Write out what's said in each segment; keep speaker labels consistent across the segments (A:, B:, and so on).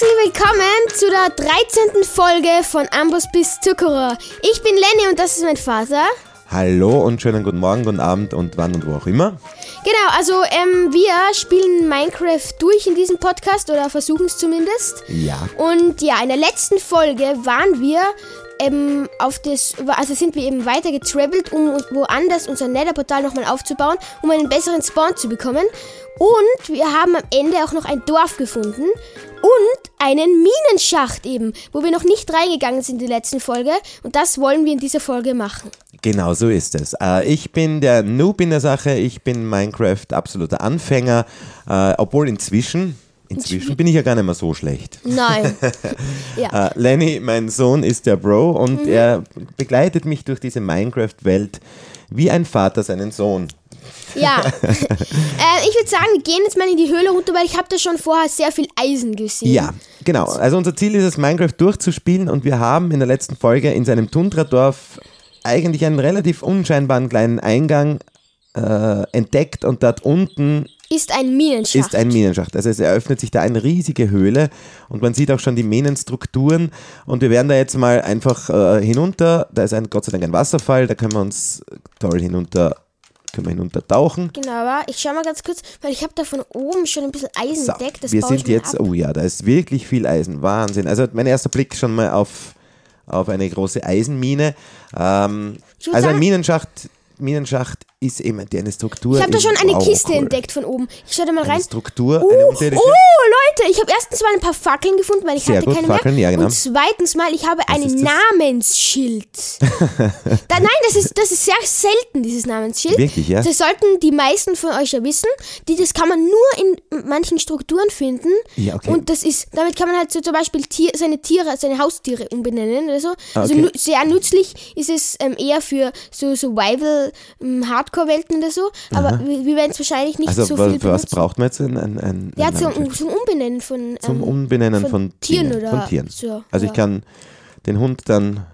A: willkommen zu der 13. Folge von Ambus bis Zuckerer. Ich bin Lenny und das ist mein Vater.
B: Hallo und schönen guten Morgen, guten Abend und wann und wo auch immer.
A: Genau, also ähm, wir spielen Minecraft durch in diesem Podcast oder versuchen es zumindest.
B: Ja.
A: Und ja, in der letzten Folge waren wir eben auf das, also sind wir eben weiter getravelt, um uns- woanders unser Netherportal nochmal aufzubauen, um einen besseren Spawn zu bekommen. Und wir haben am Ende auch noch ein Dorf gefunden und einen Minenschacht eben, wo wir noch nicht reingegangen sind in der letzten Folge. Und das wollen wir in dieser Folge machen.
B: Genau so ist es. Äh, ich bin der Noob in der Sache, ich bin Minecraft absoluter Anfänger, äh, obwohl inzwischen, inzwischen bin ich ja gar nicht mehr so schlecht.
A: Nein. ja.
B: Äh, Lenny, mein Sohn, ist der Bro und er begleitet mich durch diese Minecraft-Welt wie ein Vater seinen Sohn.
A: Ja. äh, ich würde sagen, wir gehen jetzt mal in die Höhle runter, weil ich habe da schon vorher sehr viel Eisen gesehen.
B: Ja, genau. Also unser Ziel ist es, Minecraft durchzuspielen und wir haben in der letzten Folge in seinem Tundradorf eigentlich einen relativ unscheinbaren kleinen Eingang äh, entdeckt und dort unten
A: Ist ein Minenschacht.
B: ist ein Minenschacht. Also es eröffnet sich da eine riesige Höhle und man sieht auch schon die Minenstrukturen und wir werden da jetzt mal einfach äh, hinunter. Da ist ein, Gott sei Dank ein Wasserfall, da können wir uns toll hinunter, können wir hinunter tauchen.
A: Genau, aber ich schau mal ganz kurz, weil ich habe da von oben schon ein bisschen Eisen
B: So,
A: entdeckt. Das
B: wir
A: baue ich
B: sind
A: mir
B: jetzt,
A: ab.
B: oh ja, da ist wirklich viel Eisen, Wahnsinn. Also mein erster Blick schon mal auf, auf eine große Eisenmine. Ähm,
A: Ich würd
B: also
A: sagen-
B: ein Minenschacht, Minenschacht ist eben eine Struktur.
A: Ich habe da
B: ist-
A: schon eine
B: wow,
A: Kiste
B: cool.
A: entdeckt von oben. Ich schau da mal
B: Eine
A: rein.
B: Struktur,
A: Uh,
B: eine
A: oh,
B: unterirdische.
A: Leute, ich habe erstens mal ein paar Fackeln gefunden, weil ich
B: Sehr
A: hatte
B: gut,
A: keine
B: Fackeln,
A: mehr.
B: ja, genau.
A: Und zweitens mal, ich habe einen
B: ist das?
A: Namensschild. da, nein, das ist, das ist sehr selten, dieses Namensschild.
B: Wirklich, ja?
A: Das sollten die meisten von euch ja wissen. Die, das kann man nur in manchen Strukturen finden.
B: Ja, okay.
A: Und das ist, damit kann man halt so zum Beispiel Tier, seine Tiere, seine Haustiere umbenennen oder so. Also
B: Ah, okay.
A: nu- sehr nützlich ist es ähm, eher für so Survival-Hardcore-Welten oder so. Aber wir, wir werden es wahrscheinlich nicht
B: Also
A: so
B: wa-
A: viel
B: für was
A: benutzen.
B: braucht man jetzt ein, ein, ein
A: Ja,
B: ein
A: zum,
B: Namensschild?
A: zum Umbenennen von.
B: Zum Um-
A: ähm,
B: Umbenennen
A: von
B: von,
A: Tieren oder
B: von Tieren.
A: so,
B: also
A: ja.
B: ich kann den Hund dann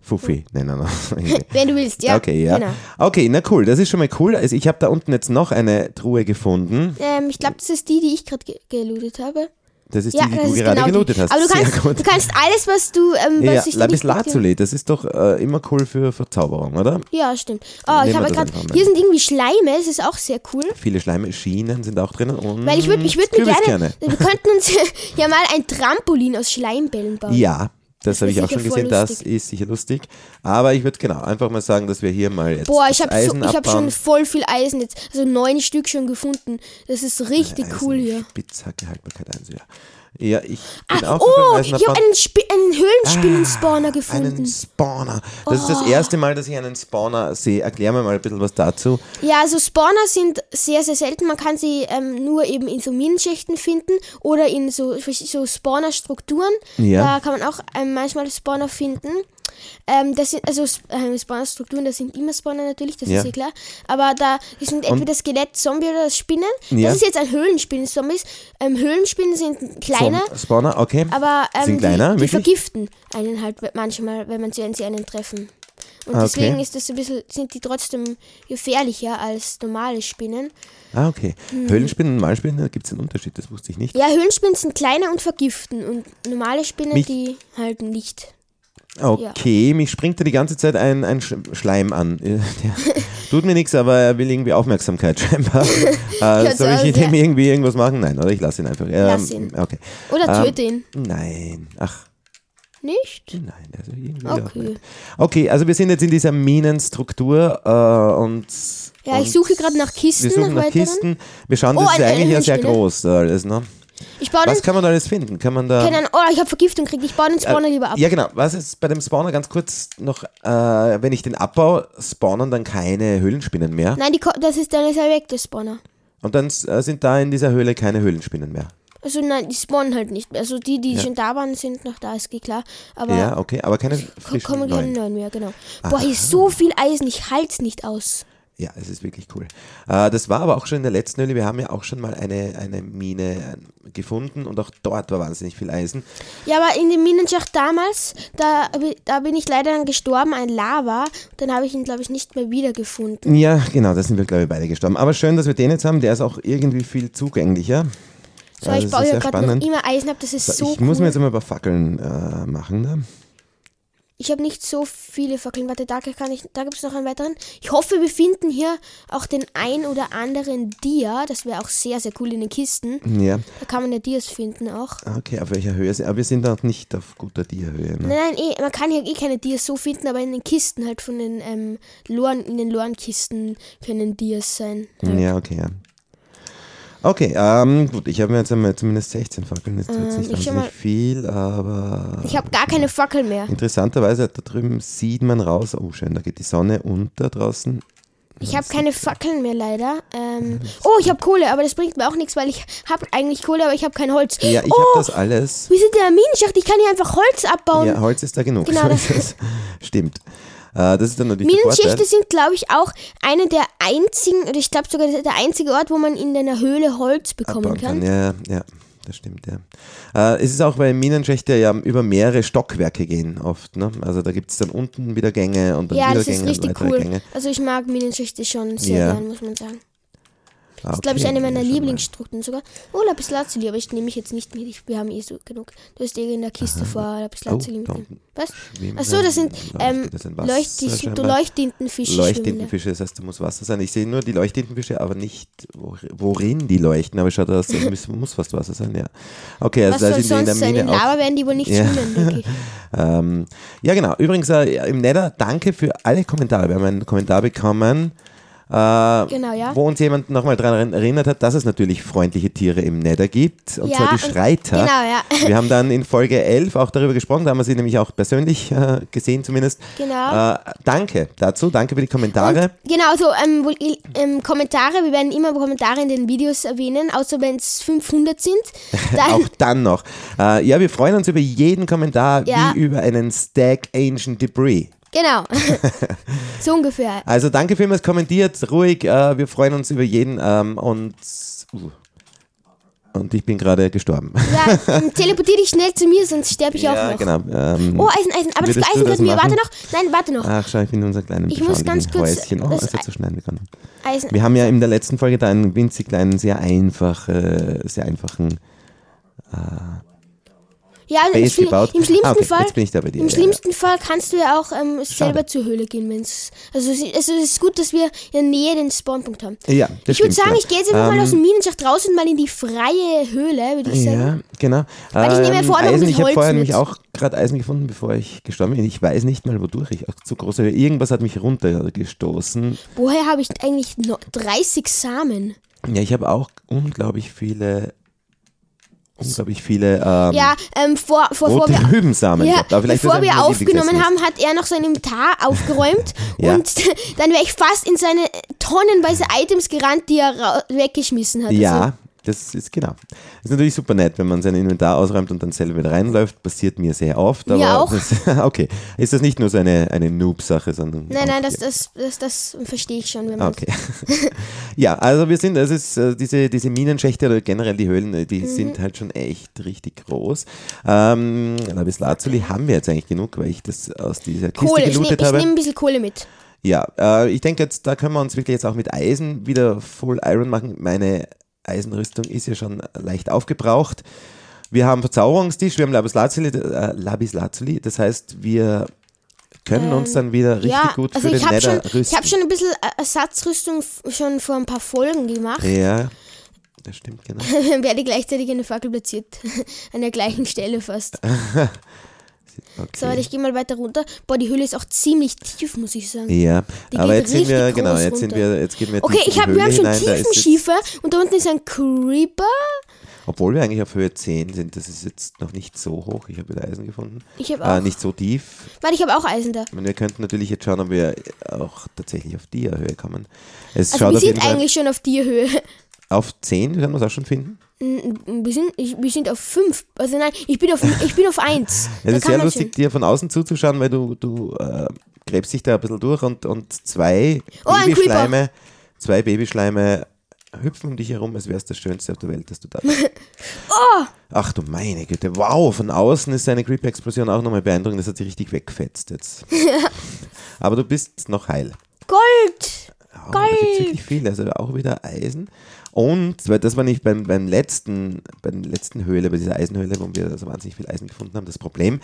B: Fuffi nennen.
A: wenn du willst, ja.
B: okay, ja.
A: Genau.
B: Okay, na cool, das ist schon mal cool. Also ich habe da unten jetzt noch eine Truhe gefunden.
A: Ähm, ich glaube, das ist die, die ich gerade ge gelootet habe.
B: Das ist
A: ja,
B: die, die
A: das
B: du
A: ist
B: gerade
A: genau
B: gelootet
A: die.
B: hast.
A: Aber du
B: Sehr
A: kannst,
B: gut.
A: du kannst alles, was du, ähm, was
B: Ja,
A: ich dir
B: Lapis
A: nicht mitgegeben-
B: Lazuli, das ist doch äh, immer cool für Verzauberung, oder?
A: Ja, stimmt. Oh, ich
B: nehmen wir
A: habe
B: das
A: gerade.
B: einfach mal.
A: Hier sind irgendwie Schleime, das ist auch sehr cool.
B: Viele Schleimschienen sind auch drinnen und
A: Weil ich würde ich
B: Mhm,
A: würd mir gerne.
B: Kürbiskerne.
A: Wir könnten uns ja mal ein Trampolin aus Schleimbällen bauen.
B: Ja, das, habe
A: ist
B: ich auch
A: sicher
B: schon
A: voll
B: gesehen, das
A: lustig.
B: ist sicher lustig. Aber ich würde genau einfach mal sagen, dass wir hier mal jetzt
A: Boah,
B: das
A: ich habe so,
B: Eisen
A: ich hab
B: abbauen.
A: schon voll viel Eisen jetzt. Also neun Stück schon gefunden. Das ist richtig
B: Eisen,
A: cool hier.
B: Spitzhacke, Haltbarkeit 1, ja. Ja, ich bin
A: Ah,
B: auch so
A: oh,
B: beim
A: ich habe
B: Eisen abbauen. Ah,
A: einen, Spi- einen Höhlenspinnen-Spawner
B: Einen
A: gefunden. Oh.
B: Spawner. Das ist das erste Mal, dass ich einen Spawner sehe. Erklär mir mal ein bisschen was dazu.
A: Ja, also Spawner sind sehr, sehr selten. Man kann sie ähm, nur eben in so Minenschichten finden oder in so, so Spawner-Strukturen.
B: Ja.
A: Da kann man auch ähm, manchmal Spawner finden. Ähm, das sind also Sp- ähm, Spawner-Strukturen, das sind immer Spawner natürlich, das
B: Ja.
A: ist ja klar. Aber da das sind entweder Skelett, Zombie oder Spinnen.
B: Ja.
A: Das ist jetzt ein Höhlenspinnen. Zombies. Ähm, Höhlenspinnen sind kleiner,
B: Zum Spawner, okay.
A: aber ähm,
B: Sind kleiner,
A: die, die
B: wirklich?
A: vergiften einen halt manchmal, wenn, man sie, wenn sie einen treffen. Und
B: Ah, okay.
A: deswegen ist das ein bisschen, sind die trotzdem gefährlicher als normale Spinnen.
B: Ah, okay.
A: Mhm.
B: Höhlenspinnen und Malspinnen, da gibt es einen Unterschied, das wusste ich nicht.
A: Ja, Höhlenspinnen sind kleiner und vergiften und normale Spinnen,
B: Mich-
A: die halten nicht.
B: Okay, mich springt da die ganze Zeit ein, ein Sch Schleim an. Äh, Der tut mir nichts, aber er will irgendwie Aufmerksamkeit scheinbar. äh,
A: hört's
B: soll
A: aus,
B: ich mit dem
A: ja.
B: irgendwie irgendwas machen? Nein, oder? Ich lasse ihn einfach. Ähm,
A: Lass ihn.
B: Okay.
A: Oder
B: Ähm,
A: töte ihn.
B: Nein. Ach,
A: Nicht?
B: nein. Also irgendwie auch
A: Okay.
B: nicht. okay, also wir sind jetzt in dieser Minenstruktur äh, und.
A: Ja, ich
B: und
A: suche gerade nach Kisten,
B: Wir suchen
A: nach
B: nach
A: weiteren.
B: Kisten. Wir schauen,
A: Oh,
B: das ist
A: eine-
B: ja
A: eine
B: eigentlich ja sehr
A: Höhlenspinne.
B: groß da alles, ne?
A: Ich baue den.
B: Was kann man da alles finden? Kann man da.
A: Keine Ahnung, oh, ich habe Vergiftung gekriegt. Ich baue den Spawner lieber ab.
B: Ja, genau. Was ist bei dem Spawner ganz kurz noch, äh, wenn ich den abbau, spawnen dann keine Höhlenspinnen mehr.
A: Nein, die, Ko- das ist dann ist er weg, der Spawner.
B: Und dann äh, sind da in dieser Höhle keine Höhlenspinnen mehr.
A: Also nein, die spawnen halt nicht mehr. Also die, die
B: Ja.
A: schon da waren, sind noch da, ist geht klar. Aber
B: ja, okay, aber keine
A: Ko-
B: frischen
A: kommen keine
B: neuen.
A: neuen mehr, genau. Boah, hier ist so viel Eisen, ich halt's nicht aus.
B: Ja, es ist wirklich cool. Äh, das war aber auch schon in der letzten Höhle. Wir haben ja auch schon mal eine, eine Mine äh, gefunden und auch dort war wahnsinnig viel Eisen.
A: Ja, aber in dem Minenschacht damals, da, bi- da bin ich leider dann gestorben, ein Lava. Dann habe ich ihn, glaube ich, nicht mehr wiedergefunden.
B: Ja, genau, da sind wir, glaube ich, beide gestorben. Aber schön, dass wir den jetzt haben. Der ist auch irgendwie viel zugänglicher.
A: So,
B: Ja,
A: ich
B: das
A: baue ja
B: ist sehr
A: gerade noch
B: spannend.
A: immer Eisen ab, das ist
B: So,
A: so
B: ich muss mir
A: cool.
B: jetzt immer ein paar Fackeln äh, machen. Ne?
A: Ich habe nicht so viele Fackeln. Warte, da kann ich, da gibt es noch einen weiteren. Ich hoffe, wir finden hier auch den ein oder anderen Dia. Das wäre auch sehr, sehr cool in den Kisten.
B: Ja,
A: Da kann man ja Dias finden auch.
B: okay, auf welcher Höhe? sind- Aber wir sind noch nicht auf guter Tierhöhe. Ne?
A: Nein, nein, eh, man kann hier eh keine Dias so finden, aber in den Kisten halt von den ähm, Loren, in den Lorenkisten können Dias sein.
B: Ja, okay, ja. Okay, ähm, gut, ich habe mir jetzt einmal zumindest 16 Fackeln. Jetzt wird es
A: Ähm,
B: nicht
A: ich schau
B: wahnsinnig
A: mal.
B: viel, aber
A: Ich habe gar keine Fackel mehr.
B: interessanterweise da drüben sieht man raus. Oh, schön, da geht die Sonne unter draußen.
A: Ich habe keine Fackeln mehr leider. Ähm, oh, ich habe Kohle, aber das bringt mir auch nichts, weil ich habe eigentlich Kohle, aber ich habe kein Holz.
B: Ja, ich
A: oh,
B: habe das alles.
A: wir sind in der Minenschacht. Ich kann hier einfach Holz abbauen.
B: Ja, Holz ist da genug.
A: Genau, das-
B: das stimmt. Äh, das ist dann natürlich der Vorteil.
A: Minenschächte sind, glaube ich, auch eine der einzigen, oder ich glaube sogar der einzige Ort, wo man in einer Höhle Holz bekommen
B: abbauen
A: kann.
B: kann. Ja, ja, ja, das stimmt, ja. Äh, es ist auch, weil Minenschächte ja über mehrere Stockwerke gehen oft. Ne? Also da gibt es dann unten wieder Gänge und dann
A: Ja,
B: wieder
A: das
B: Gänge
A: ist
B: und
A: richtig
B: weitere
A: cool.
B: Gänge.
A: Also ich mag Minenschächte schon sehr
B: Ja.
A: gern, muss man sagen.
B: Das
A: Das ist, glaube ich, eine meiner Lieblingsstrukturen sogar. Oh, Lapis Lazuli, aber ich nehme mich jetzt nicht mit. Ich, wir haben eh so genug. Du hast eh in der Kiste vor Lapis Lazuli
B: Oh, da
A: mitnehmen. Was?
B: schwimmen
A: Achso, das sind, ähm,
B: Leuchtet, das sind Wasser
A: Leuchtdies-
B: scheinbar.
A: Leuchttintenfische. schwimmen da.
B: Leuchttintenfische, das heißt, da muss Wasser sein. Ich sehe nur die Leuchttintenfische, aber nicht, wo- worin die leuchten. Aber schaut aus, das muss, muss fast Wasser sein, ja. Okay,
A: Was
B: also da
A: soll
B: sind wir in der
A: sonst sein?
B: Mine
A: In
B: auch
A: Lava werden die wohl nicht
B: Ja.
A: schwimmen, denke ich.
B: Ähm, ja, genau. Übrigens äh, ja, im Nether, danke für alle Kommentare. Wir haben einen Kommentar bekommen, äh,
A: Genau, ja.
B: wo uns jemand nochmal daran erinnert hat, dass es natürlich freundliche Tiere im Nether gibt, und
A: Ja,
B: zwar die
A: und-
B: Schreiter.
A: Genau, ja.
B: Wir haben dann in Folge 11 auch darüber gesprochen, da haben wir sie nämlich auch persönlich äh, gesehen zumindest.
A: Genau.
B: Äh, danke dazu, danke für die Kommentare.
A: Genau, so ähm, wohl, ähm, Kommentare. Wir werden immer Kommentare in den Videos erwähnen, außer wenn es 500 sind. Dann,
B: Auch dann noch. Äh, ja, wir freuen uns über jeden Kommentar,
A: Ja.
B: wie über einen Stack Ancient Debris.
A: genau. so ungefähr.
B: Also danke vielmals, kommentiert ruhig. Äh, wir freuen uns über jeden ähm, und uh, und ich bin gerade gestorben.
A: Ja, ähm, teleportier dich schnell zu mir, sonst sterbe ich auch noch.
B: genau. Ähm,
A: Oh, Eisen, Eisen. Aber
B: Würdest
A: das
B: du
A: Eisen
B: das
A: gehört mir.
B: machen? Ah,
A: Warte noch. Nein, warte noch.
B: Ach, schau, ich bin in unser kleinen
A: Ich muss ganz
B: beschaulichen
A: kurz
B: Häuschen. Oh,
A: das
B: es hat zu schneiden begonnen.
A: Eisen.
B: Wir haben ja in der letzten Folge da einen winzig kleinen, sehr einfachen, sehr einfachen
A: Ja, und im,
B: Base
A: schli
B: gebaut.
A: im schlimmsten
B: ah, okay,
A: Fall.
B: Jetzt bin ich da bei dir.
A: Im
B: Ja,
A: schlimmsten Fall kannst du ja auch ähm, selber zur Höhle gehen, wenn's. Also, es ist- also es ist gut, dass wir in der Nähe den Spawnpunkt haben.
B: ja, das
A: Ich würde
B: stimmt, Ah.
A: sagen,
B: ja.
A: ich gehe jetzt einfach mal aus dem Minenschacht raus und mal in die freie Höhle, würde ich sagen.
B: Ähm, Ja, genau.
A: Weil ich nehme ja vorher noch
B: Eisen,
A: mit
B: ich habe
A: Holz
B: vorher
A: mit.
B: nämlich auch gerade Eisen gefunden, bevor ich gestorben bin. Ich weiß nicht mal, wodurch ich auch zu große Höhe. Irgendwas hat mich runtergestoßen.
A: Woher habe ich eigentlich noch 30 Samen?
B: Ja, ich habe auch unglaublich viele, unglaublich viele ähm,
A: Ja, ähm, vor, vor, vor
B: rote
A: wir,
B: Rübensamen
A: ja,
B: gehabt. Aber vielleicht ist
A: bevor
B: das ein
A: wir aufgenommen
B: Lieblingsessen.
A: haben, hat er noch sein Inventar aufgeräumt
B: Ja.
A: und dann wäre ich fast in seine tonnenweise Items gerannt, die er ra- weggeschmissen hat. Also,
B: Ja, das ist genau. Ist natürlich super nett, wenn man sein Inventar ausräumt und dann selber wieder reinläuft. Passiert mir sehr oft.
A: Mir
B: Aber
A: auch.
B: Das, okay. Ist das nicht nur so eine, eine Noob-Sache, sondern.
A: nein, nein,
B: auch-
A: das, das, das, das verstehe ich schon. Wenn man
B: Okay. ja, also wir sind, es ist äh, diese, diese Minenschächte oder generell die Höhlen, äh, die
A: Mhm.
B: sind halt schon echt richtig groß. Ähm, Labis Lazuli haben wir jetzt eigentlich genug, weil ich das aus dieser Kiste
A: Kohle, ich nehme
B: gelootet
A: ich
B: habe.
A: nehm ein bisschen Kohle mit.
B: Ja, äh, ich denke jetzt, da können wir uns wirklich jetzt auch mit Eisen wieder Full Iron machen. Meine Eisenrüstung ist ja schon leicht aufgebraucht. Wir haben Verzauberungstisch, wir haben Labis Lazuli, äh, Labis Lazuli. das heißt, wir können uns dann wieder richtig
A: Ähm, ja,
B: gut
A: also
B: für
A: ich
B: den
A: habe
B: Nether
A: schon, ich
B: rüsten.
A: hab schon ein bisschen äh, Ersatzrüstung f- schon vor ein paar Folgen gemacht.
B: ja, das stimmt, genau.
A: Werde gleichzeitig eine Fackel platziert. An der gleichen Stelle fast. So, warte,
B: Okay.
A: ich gehe mal weiter runter. Boah, die Höhle ist auch ziemlich tief, muss ich sagen.
B: Ja,
A: Die
B: aber
A: geht
B: jetzt sind
A: richtig
B: wir,
A: groß
B: genau, jetzt sind
A: runter.
B: wir, jetzt gehen wir
A: Okay,
B: tief in
A: ich hab,
B: die
A: wir haben
B: Höhle
A: schon
B: hinein, da ist jetzt-
A: Tiefenschiefer und da unten ist ein Creeper.
B: Obwohl wir eigentlich auf Höhe 10 sind, das ist jetzt noch nicht so hoch. Ich habe wieder Eisen gefunden.
A: Ich hab
B: Äh,
A: auch-
B: nicht so tief.
A: Warte, ich habe auch Eisen da. Also,
B: Ich meine, wir könnten natürlich jetzt schauen, ob wir auch tatsächlich auf die Höhe kommen. Es
A: Also
B: schaut
A: wir
B: auf jeden
A: sind
B: Fall
A: eigentlich schon auf die Höhe.
B: auf 10, können wir es auch schon finden.
A: N- n- Wir sind, ich, wir sind auf 5. Also nein, ich bin auf, ich bin auf 1.
B: Es
A: da
B: ist
A: kann
B: sehr
A: man
B: lustig,
A: schon.
B: dir von außen zuzuschauen, weil du, du äh, gräbst dich da ein bisschen durch und, und zwei
A: Oh, ein Creeper.
B: Babyschleime, zwei Babyschleime hüpfen um dich herum, als wäre es das Schönste auf der Welt, dass du da bist.
A: Oh!
B: Ach du meine Güte, wow, von außen ist seine Creeper-Explosion auch nochmal beeindruckend, das hat sie richtig weggefetzt jetzt. Aber du bist noch heil.
A: Gold!
B: Wow, da gibt's wirklich viel. Also auch wieder Eisen. Und, weil das war nicht beim, beim letzten, bei der letzten Höhle, bei dieser Eisenhöhle, wo wir so wahnsinnig viel Eisen gefunden haben, das Problem,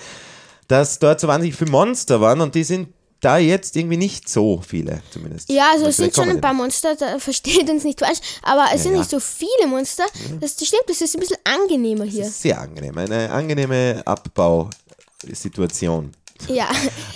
B: dass dort so wahnsinnig viele Monster waren und die sind da jetzt irgendwie nicht so viele, zumindest.
A: Ja, also
B: Aber
A: es sind
B: vielleicht
A: schon
B: kommen
A: ein
B: die
A: paar Monster, da versteht uns nicht falsch, aber es sind
B: ja.
A: nicht so viele Monster. Das stimmt, das ist ein bisschen angenehmer hier.
B: noch. Sehr angenehm. Eine angenehme Abbausituation.
A: Ja.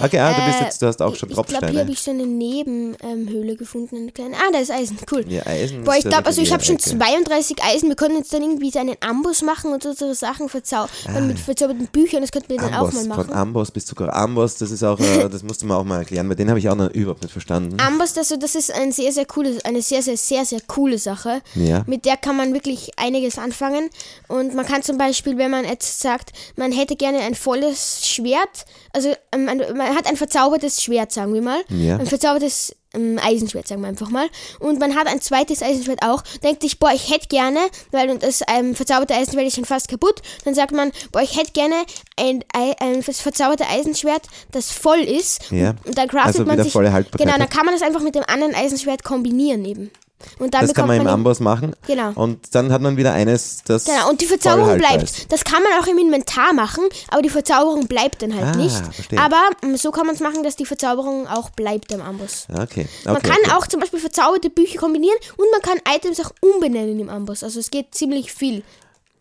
B: Okay, ah, du, bist
A: Äh,
B: jetzt, du hast auch schon
A: ich ich glaube, hier
B: Tropfsteine.
A: habe ich so eine Nebenhöhle gefunden. Eine kleine. Ah, da ist Eisen. Cool.
B: Ja, Eisen
A: Boah,
B: ist
A: ich
B: da
A: glaube, also
B: wirklich
A: ich habe schon
B: Ecke.
A: 32 Eisen. Wir können jetzt dann irgendwie so einen Amboss machen und so, so Sachen verzaubern mit verzauberten Büchern. Das könnten wir dann auch
B: Ah. Amboss,
A: mal
B: von
A: machen.
B: Amboss bis Zucker. Amboss, das ist auch, äh, das musste man auch mal erklären, weil den habe ich auch noch überhaupt nicht verstanden.
A: Amboss, also das ist ein sehr, sehr cooles, eine sehr, sehr, sehr, sehr coole Sache.
B: Ja.
A: Mit der kann man wirklich einiges anfangen. Und man kann zum Beispiel, wenn man jetzt sagt, man hätte gerne ein volles Schwert, also ähm, man, man hat ein verzaubertes Schwert, sagen wir mal.
B: Ja.
A: Ein verzaubertes ähm, Eisenschwert, sagen wir einfach mal. Und man hat ein zweites Eisenschwert auch. Denkt sich, boah, ich hätte gerne, weil und das ähm, verzauberte Eisenschwert ist schon fast kaputt. Dann sagt man, boah, ich hätte gerne ein, ein, ein verzauberte Eisenschwert, das voll ist.
B: Ja.
A: Und dann craftet
B: Also
A: man
B: wieder
A: sich.
B: volle Haltbarkeit
A: Genau, dann
B: hat.
A: kann man das einfach mit dem anderen Eisenschwert kombinieren eben. Und dann
B: Das
A: bekommt
B: kann man im
A: man eben-
B: Amboss machen.
A: Genau.
B: Und dann hat man wieder eines, das.
A: Genau, und die
B: voll
A: Verzauberung
B: haltbar
A: bleibt.
B: ist.
A: Das kann man auch im Inventar machen, aber die Verzauberung bleibt dann halt
B: Ah,
A: nicht.
B: verstehe.
A: Aber ähm, so kann man es machen, dass die Verzauberung auch bleibt am Amboss.
B: Ja, Okay. okay.
A: Man kann
B: okay.
A: auch zum Beispiel verzauberte Bücher kombinieren und man kann Items auch umbenennen im Amboss. Also es geht ziemlich viel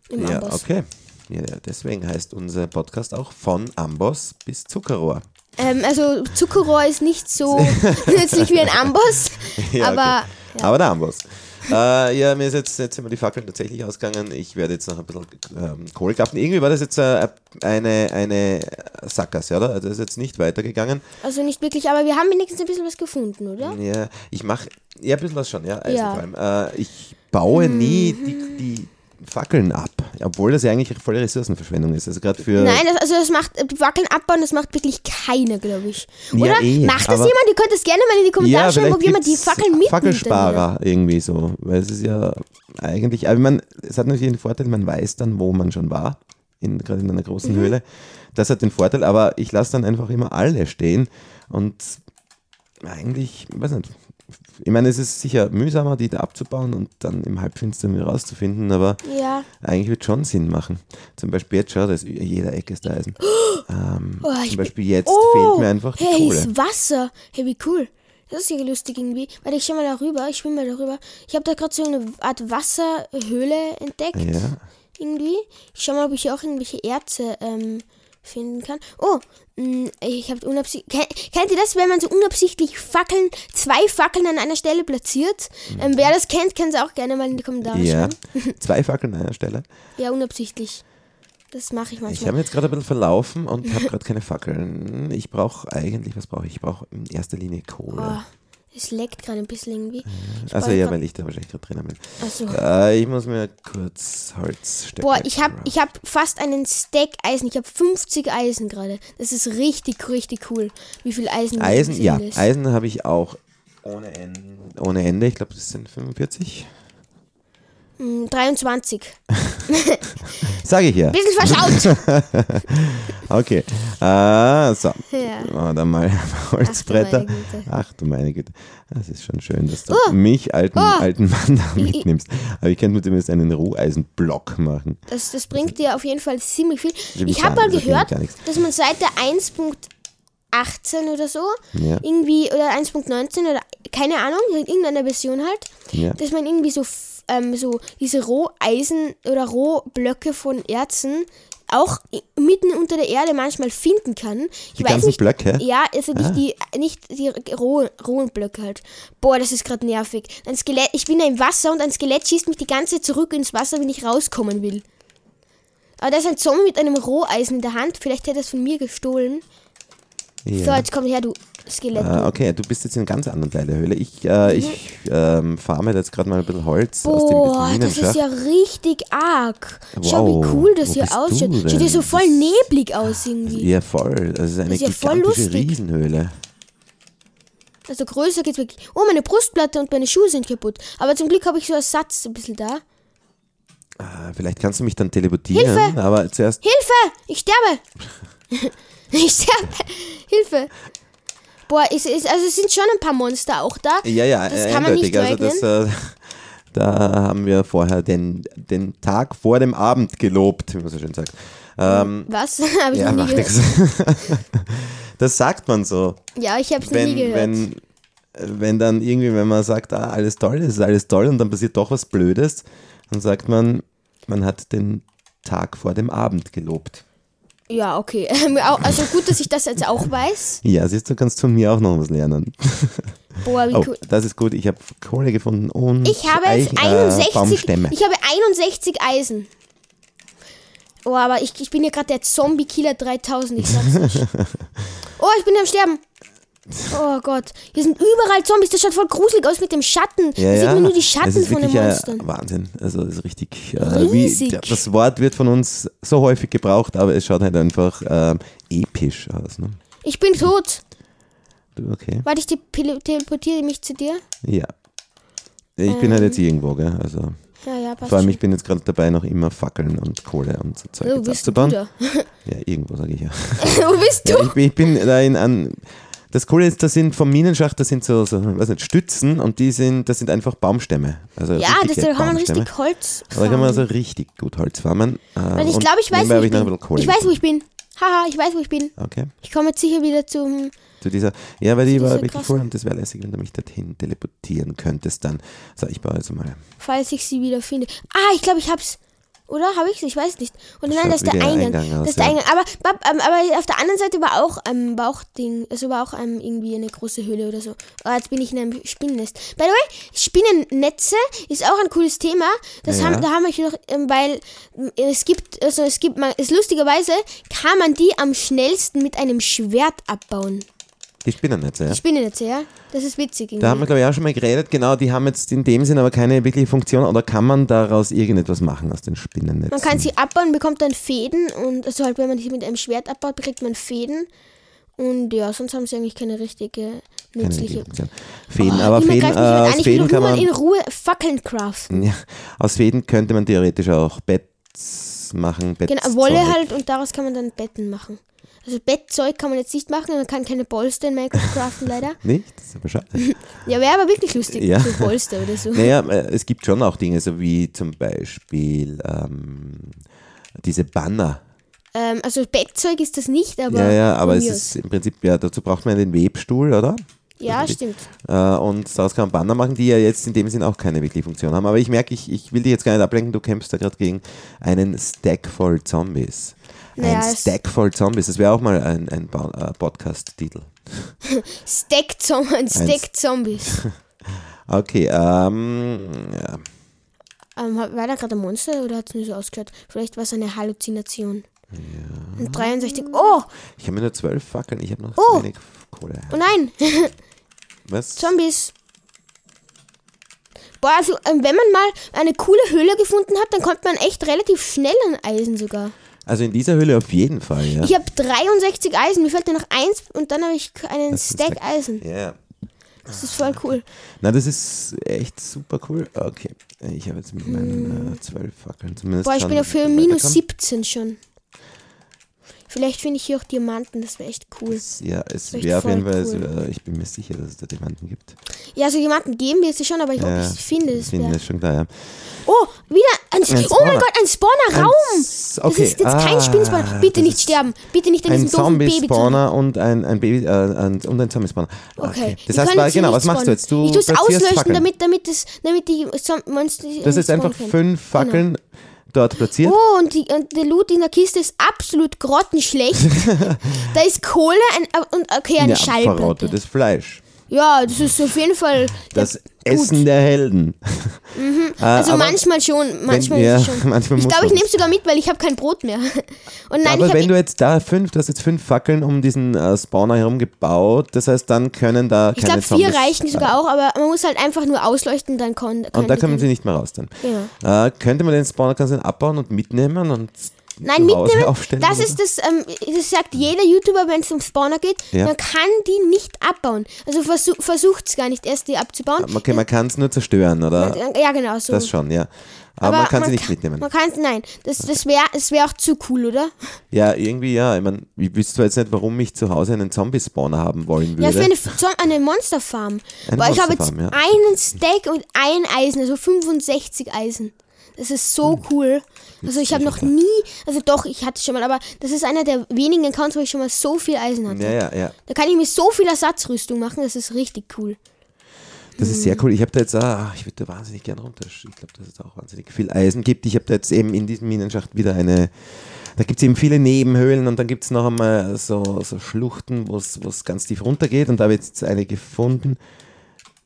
A: im
B: Ja,
A: Amboss.
B: okay. Ja, deswegen heißt unser Podcast auch von Amboss bis Zuckerrohr.
A: Ähm, also Zuckerrohr ist nicht so nützlich wie ein Amboss,
B: Ja,
A: aber
B: okay. aber der Amboss. äh, ja, mir ist jetzt, jetzt sind mir die Fackeln tatsächlich ausgegangen. Ich werde jetzt noch ein bisschen ähm, Kohle kraften. Irgendwie war das jetzt äh, eine, eine Sackgasse, oder? Also das ist jetzt nicht weitergegangen.
A: also nicht wirklich. Aber wir haben wenigstens ein bisschen was gefunden, oder?
B: Ja, ich mache ja ein bisschen was schon, ja, Eisen
A: Ja. Mhm.
B: vor allem. Äh, ich baue nie die, die Fackeln ab, obwohl das ja eigentlich volle Ressourcenverschwendung ist. Also gerade für
A: Nein, das, also das macht äh, Wackeln abbauen, das macht wirklich keiner, glaube ich. Oder
B: eh,
A: macht das
B: aber-
A: jemand? Ihr könnt es gerne mal in die Kommentare
B: ja,
A: schreiben,
B: vielleicht
A: ob jemand die
B: gibt's
A: Fackeln mitnimmt.
B: Fackelsparer irgendwie so, weil es ist ja eigentlich, aber man, es hat natürlich den Vorteil, man weiß dann, wo man schon war, in, gerade in einer
A: Mhm.
B: großen Höhle. Das hat den Vorteil, aber ich lasse dann einfach immer alle stehen und eigentlich, weiß nicht, ich meine, es ist sicher mühsamer, die da abzubauen und dann im Halbfinstern wieder rauszufinden, aber
A: dann, Ja.
B: eigentlich wird schon Sinn machen. Zum Beispiel jetzt, schau, da ist jeder Ecke ist da Eisen. Ähm,
A: Oh, ich
B: zum
A: Oh, bin-
B: Beispiel jetzt
A: Oh,
B: fehlt mir einfach die
A: hey,
B: Kohle.
A: ist Wasser. Hey, wie cool. Das ist ja lustig irgendwie. Warte, ich schau mal darüber. Ich schwimme mal darüber. Ich habe da gerade so eine Art Wasserhöhle entdeckt.
B: Ja.
A: Irgendwie. Ich schau mal, ob ich hier auch irgendwelche Erze ähm, finden kann. Oh, mh, ich habe unabsichtlich. Kennt ihr das, wenn man so unabsichtlich Fackeln, zwei Fackeln an einer Stelle platziert? Ähm, wer das kennt, kann es auch gerne mal in die Kommentare
B: Mhm. Ja,
A: schreiben.
B: zwei Fackeln an einer Stelle.
A: Ja, unabsichtlich. Das mache ich
B: Ich
A: manchmal.
B: habe mich jetzt gerade ein bisschen verlaufen und habe gerade keine Fackeln. Ich brauche eigentlich, was brauche ich? Ich brauche in erster Linie Kohle.
A: Boah, Oh, es leckt gerade ein bisschen irgendwie. Ah, Ich
B: also
A: brauch
B: ja,
A: grad-
B: weil ich da wahrscheinlich gerade drinnen bin.
A: Achso.
B: Äh, ich muss mir kurz Holz stecken.
A: Boah, ich hab, ich hab fast einen Stack Eisen. Ich hab 50 Eisen gerade. Das ist richtig, richtig cool, wie viel Eisen du
B: Eisen, ja,
A: findest.
B: Eisen habe ich auch ohne Ende. Ohne Ende. Ich glaube, das sind 45.
A: Hm, 23.
B: Sage ich ja.
A: Bisschen verschaut.
B: Okay. Äh, so.
A: Ja.
B: Oh, dann mal Holzbretter.
A: Güte. Oh.
B: Ach du meine Güte. Das ist schon schön, dass du mich, alten, alten Mann, da mitnimmst. Aber ich könnte mir zumindest einen Ruheisenblock machen.
A: Das, das bringt dir auf jeden Fall ziemlich viel.
B: will
A: Ich
B: sagen,
A: habe mal
B: das bringt
A: gehört,
B: gar nichts.
A: dass man seit der 1.18 oder so,
B: Ja.
A: irgendwie, oder 1.19 oder keine Ahnung, in irgendeiner Version halt,
B: Ja.
A: dass man irgendwie so, f- ähm, so diese Roheisen oder Rohblöcke von Erzen auch i- mitten unter der Erde manchmal finden kann. Ich
B: Die ganzen
A: nicht,
B: Blöcke? Ah.
A: Ja, also nicht die, nicht die rohen, rohen Blöcke halt. Boah, das ist gerade nervig. Ein Skelett, ich bin da im Wasser und ein Skelett schießt mich die ganze Zeit zurück ins Wasser, wenn ich rauskommen will. Aber da ist ein Zombie mit einem Roheisen in der Hand. Vielleicht hätte er es von mir gestohlen.
B: Ja.
A: So, jetzt komm her, du Skelett.
B: Äh, okay, du bist jetzt in einem ganz anderen Teil der Höhle. Ich, äh, ich ähm, farme jetzt gerade mal ein bisschen Holz aus dem
A: Boah, das ist
B: Minenschacht.
A: ja richtig arg. Schau,
B: Wow,
A: wie cool das
B: wo
A: hier
B: bist du
A: ausschaut. Schaut
B: denn?
A: dir so voll neblig aus irgendwie.
B: ja, voll. Das ist eine
A: ist ja voll
B: gigantische
A: lustig.
B: Riesenhöhle.
A: Also größer geht's wirklich. Oh, meine Brustplatte und meine Schuhe sind kaputt. Aber zum Glück habe ich so Ersatz ein bisschen da.
B: Äh, Vielleicht kannst du mich dann teleportieren,
A: Hilfe!
B: aber zuerst.
A: Hilfe! Ich sterbe! ich sterbe! Hilfe! Boah, es ist, also es sind schon ein paar Monster auch da.
B: Ja, ja,
A: Das
B: äh,
A: kann man nicht
B: eindeutig. also das, äh, da haben wir vorher den, den Tag vor dem Abend gelobt, wie man so schön sagt. Ähm,
A: Was? Habe ich
B: ja,
A: noch nie
B: macht
A: gehört.
B: nichts. Das sagt man so.
A: Ja, ich habe es noch nie
B: Wenn,
A: gehört.
B: wenn, wenn dann irgendwie, wenn man sagt, ah, alles toll, es ist alles toll und dann passiert doch was Blödes, dann sagt man, man hat den Tag vor dem Abend gelobt.
A: Ja, okay. Ähm, au- Also gut, dass ich das jetzt auch weiß.
B: Ja, siehst du, kannst von mir auch noch was lernen.
A: Boah, wie
B: Oh,
A: cool.
B: das ist gut, ich habe Kohle gefunden und
A: Ich habe jetzt
B: Eichen- äh,
A: 61,
B: Baumstämme.
A: ich habe 61 Eisen. Oh, aber ich, ich bin hier gerade der Zombie-Killer 3000, ich sag's nicht. Oh, ich bin am Sterben. Oh Gott, hier sind überall Zombies, das schaut voll gruselig aus mit dem Schatten.
B: Ja,
A: Hier sieht
B: ja.
A: man nur die Schatten
B: es ist
A: von den
B: wirklich äh, ein
A: Monstern.
B: Wahnsinn. Also es ist richtig. Äh, wie,
A: Riesig.
B: d- das Wort wird von uns so häufig gebraucht, aber es schaut halt einfach ähm, episch aus. Ne?
A: Ich bin tot.
B: Du, Okay.
A: Warte, ich te- pele- teleportiere mich zu dir.
B: Ja. Ich bin halt jetzt
A: Ähm,
B: irgendwo, gell? Also
A: Ja, ja, passt
B: vor allem
A: schon.
B: ich bin jetzt gerade dabei, noch immer Fackeln und Kohle und so Zeug
A: Oh,
B: jetzt
A: bist du
B: abzubauen.
A: da?
B: Ja, irgendwo sage ich ja.
A: Wo bist du?
B: Ja, ich, bin- ich bin da in an. Das Coole ist, das sind vom Minenschacht, das sind so, so weiß nicht, Stützen und die sind, das sind einfach Baumstämme. Also
A: Ja,
B: richtige
A: das, da kann man
B: Baumstämme.
A: richtig Holz
B: Aber Da kann man
A: farmen.
B: also richtig gut Holz farmen. Äh,
A: Weil ich
B: und
A: glaube, ich weiß,
B: nebenbei
A: wo
B: habe
A: ich
B: noch ein
A: bin.
B: bisschen Kohle
A: Ich weiß, wo ich bin. Haha, ich weiß, wo ich bin.
B: Okay,
A: Ich komme jetzt sicher wieder zum...
B: zu dieser. Ja, weil die
A: dieser
B: war wirklich
A: krassen-
B: voll und das wäre lässig, wenn du mich dorthin teleportieren könntest dann. So, ich baue jetzt mal.
A: Falls ich sie wieder finde. Ah, ich glaube, ich hab's. Oder? Habe ich's? Ich weiß nicht. Und nein,
B: schaut
A: das ist
B: wie
A: der
B: der
A: Eingang.
B: Eingang
A: das
B: aus,
A: ist der
B: ja.
A: Eingang. Aber, bab- ähm, aber auf der anderen Seite war auch ein Bauchding. Also war auch ähm, irgendwie eine große Höhle oder so. Ah, jetzt bin ich in einem Spinnennest. By the way, Spinnennetze ist auch ein cooles Thema. Das
B: Ja.
A: haben, da haben wir hier noch, ähm, weil ähm, es gibt, also es gibt, man, es lustigerweise kann man die am schnellsten mit einem Schwert abbauen.
B: Die Spinnernetze, ja.
A: Die Spinnennetze, ja? Das ist witzig.
B: Da
A: Irgendwie.
B: haben wir, glaube ich, auch schon mal geredet. Genau, die haben jetzt in dem Sinn aber keine wirkliche Funktion. Oder kann man daraus irgendetwas machen aus den Spinnennetzen?
A: Man kann sie abbauen, bekommt dann Fäden und also halt, wenn man sie mit einem Schwert abbaut, kriegt man Fäden. Und ja, sonst haben sie eigentlich keine richtige
B: keine
A: nützliche.
B: wirkliche Funktion. Fäden,
A: Oh,
B: aber
A: niemand
B: Fäden,
A: greift mich mit
B: äh,
A: an.
B: aus
A: Ich will
B: Fäden
A: doch nur
B: kann
A: mal in
B: man.
A: Ruhe Fackeln craften.
B: Ja, aus Fäden könnte man theoretisch auch Betts machen. Betts
A: Genau, Wolle
B: Zeug.
A: halt und daraus kann man dann Betten machen. Also Bettzeug kann man jetzt nicht machen, man kann keine Bolster in Minecraft craften leider.
B: Nicht? Das ist aber schade.
A: Ja, wäre aber wirklich lustig,
B: Ja.
A: so Bolster oder so.
B: Naja, äh, es gibt schon auch Dinge, so wie zum Beispiel ähm, diese Banner.
A: Ähm, also Bettzeug ist das nicht, aber.
B: ja, ja, aber
A: von
B: es
A: mir
B: ist im Prinzip, ja, dazu braucht man den Webstuhl, oder?
A: aus. Ja, stimmt.
B: Äh, und daraus kann man Banner machen, die ja jetzt in dem Sinn auch keine wirkliche Funktion haben. Aber ich merke, ich, ich will dich jetzt gar nicht ablenken, du kämpfst da gerade gegen einen Stack voll Zombies.
A: Naja,
B: ein
A: es-
B: Stack voll Zombies, das wäre auch mal ein, ein Ba- äh, Podcast-Titel.
A: Stack, -Zom ein Stack Zombies.
B: Okay, ähm, ja.
A: Ähm, hab- war da gerade ein Monster oder hat es nur so ausgehört? Vielleicht war es eine Halluzination. Ja. 63. Oh!
B: ich habe mir nur zwölf Fackeln, ich habe noch
A: Oh.
B: wenig Kohle.
A: Oh nein!
B: Was?
A: Zombies! Boah, also, ähm, wenn man mal eine coole Höhle gefunden hat, dann kommt man echt relativ schnell an Eisen sogar.
B: Also in dieser Höhle auf jeden Fall, ja.
A: Ich habe 63 Eisen, mir fällt nur noch eins und dann habe ich k- einen
B: Das ist
A: Stack
B: lecker.
A: Eisen.
B: Ja.
A: Das ist voll cool.
B: Na, das ist echt super cool. Okay. Ich habe jetzt mit meinen äh, zwölf Fackeln zumindest.
A: Boah, ich
B: schon
A: bin auf Höhe minus
B: weiterkommen.
A: 17 schon. Vielleicht finde ich hier auch Diamanten, das wäre echt cool.
B: Es- Ja, es
A: Echt
B: wäre auf jeden
A: voll
B: Fall,
A: cool.
B: es, äh, ich bin mir sicher, dass es da Diamanten gibt.
A: Ja, also Diamanten geben wir sie schon, aber ich,
B: Ja,
A: ob ich finde,
B: Ich
A: es
B: finde
A: wäre
B: das schon klar, ja.
A: Oh, wieder ein,
B: Ein
A: Oh mein
B: Spawner.
A: Gott, ein Spawnerraum.
B: Ein S- okay,
A: Das ist jetzt kein
B: ah,
A: Spinnenspawner. Bitte
B: das
A: nicht
B: ist
A: sterben. Bitte nicht in
B: Ein
A: diesem doofen Baby.
B: Zombie-Spawner und ein, ein Baby, äh, ein, und ein Zombie-Spawner. Okay. Das
A: wir
B: heißt,
A: können
B: weil-
A: jetzt hier
B: genau,
A: nicht
B: was machst du
A: spawnen.
B: jetzt? Du
A: ich tue es
B: platzierst
A: auslöschen,
B: Fackeln.
A: damit, damit, das, damit die Zom- Monster nicht
B: das ist
A: spawnen
B: einfach
A: können.
B: fünf Fackeln dort platziert.
A: Oh, und, die, und der Loot in der Kiste ist absolut grottenschlecht. da ist Kohle ein, äh, und okay, eine
B: ja,
A: Schallplatte.
B: verrottetes Fleisch.
A: Ja, das ist auf jeden Fall.
B: Das Essen der Helden. Äh,
A: also
B: aber-
A: manchmal schon, manchmal
B: ja,
A: ist es schon.
B: manchmal
A: ich
B: muss
A: glaube, ich
B: man's.
A: nehme es sogar mit, weil ich habe kein Brot mehr. Und nein, ich
B: aber
A: habe
B: wenn du jetzt da fünf, du hast jetzt fünf Fackeln um diesen äh, Spawner herum gebaut, das heißt, dann können da
A: Ich
B: keine
A: glaube, vier
B: Zombies-
A: reichen sogar auch, aber man muss halt einfach nur ausleuchten, dann kann.
B: Und da kommen sie nicht mehr raus dann.
A: Genau.
B: Äh, könnte man den Spawner ganz schön abbauen und mitnehmen und
A: Nein,
B: zu Hause
A: mitnehmen.
B: aufstellen
A: Das
B: oder
A: ist das, ähm, das sagt jeder YouTuber, wenn es um Spawner geht.
B: Ja.
A: Man kann die nicht abbauen. Also versuch, versucht es gar nicht erst, die abzubauen.
B: Okay, man kann es nur zerstören, oder?
A: ja, genau so.
B: Das schon, ja. Aber, man kann sie nicht mitnehmen.
A: Man kann nein. Das, das wäre das wär auch zu cool, oder?
B: Ja, irgendwie ja. Ich meine, ich wüsste zwar jetzt nicht, warum ich zu Hause einen Zombie-Spawner haben wollen würde.
A: Ja, für eine, F- so eine Monsterfarm.
B: Eine
A: Boah, ich habe jetzt
B: Monsterfarm, ja.
A: einen Steak und ein Eisen, also 65 Eisen. Das ist so
B: Hm.
A: cool. Also ich habe noch nie, also doch, ich hatte schon mal, aber das ist einer der wenigen Accounts, wo ich schon mal so viel Eisen hatte.
B: ja, ja, ja.
A: Da kann ich mir so viel Ersatzrüstung machen, das ist richtig cool.
B: Das ist
A: Mhm.
B: sehr cool. Ich habe da jetzt, ah, ich würde da wahnsinnig gern runter. Ich glaube, dass es auch wahnsinnig viel Eisen gibt. Ich habe da jetzt eben in diesem Minenschacht wieder eine, da gibt es eben viele Nebenhöhlen und dann gibt es noch einmal so, so Schluchten, wo es ganz tief runter geht und da habe ich jetzt eine gefunden,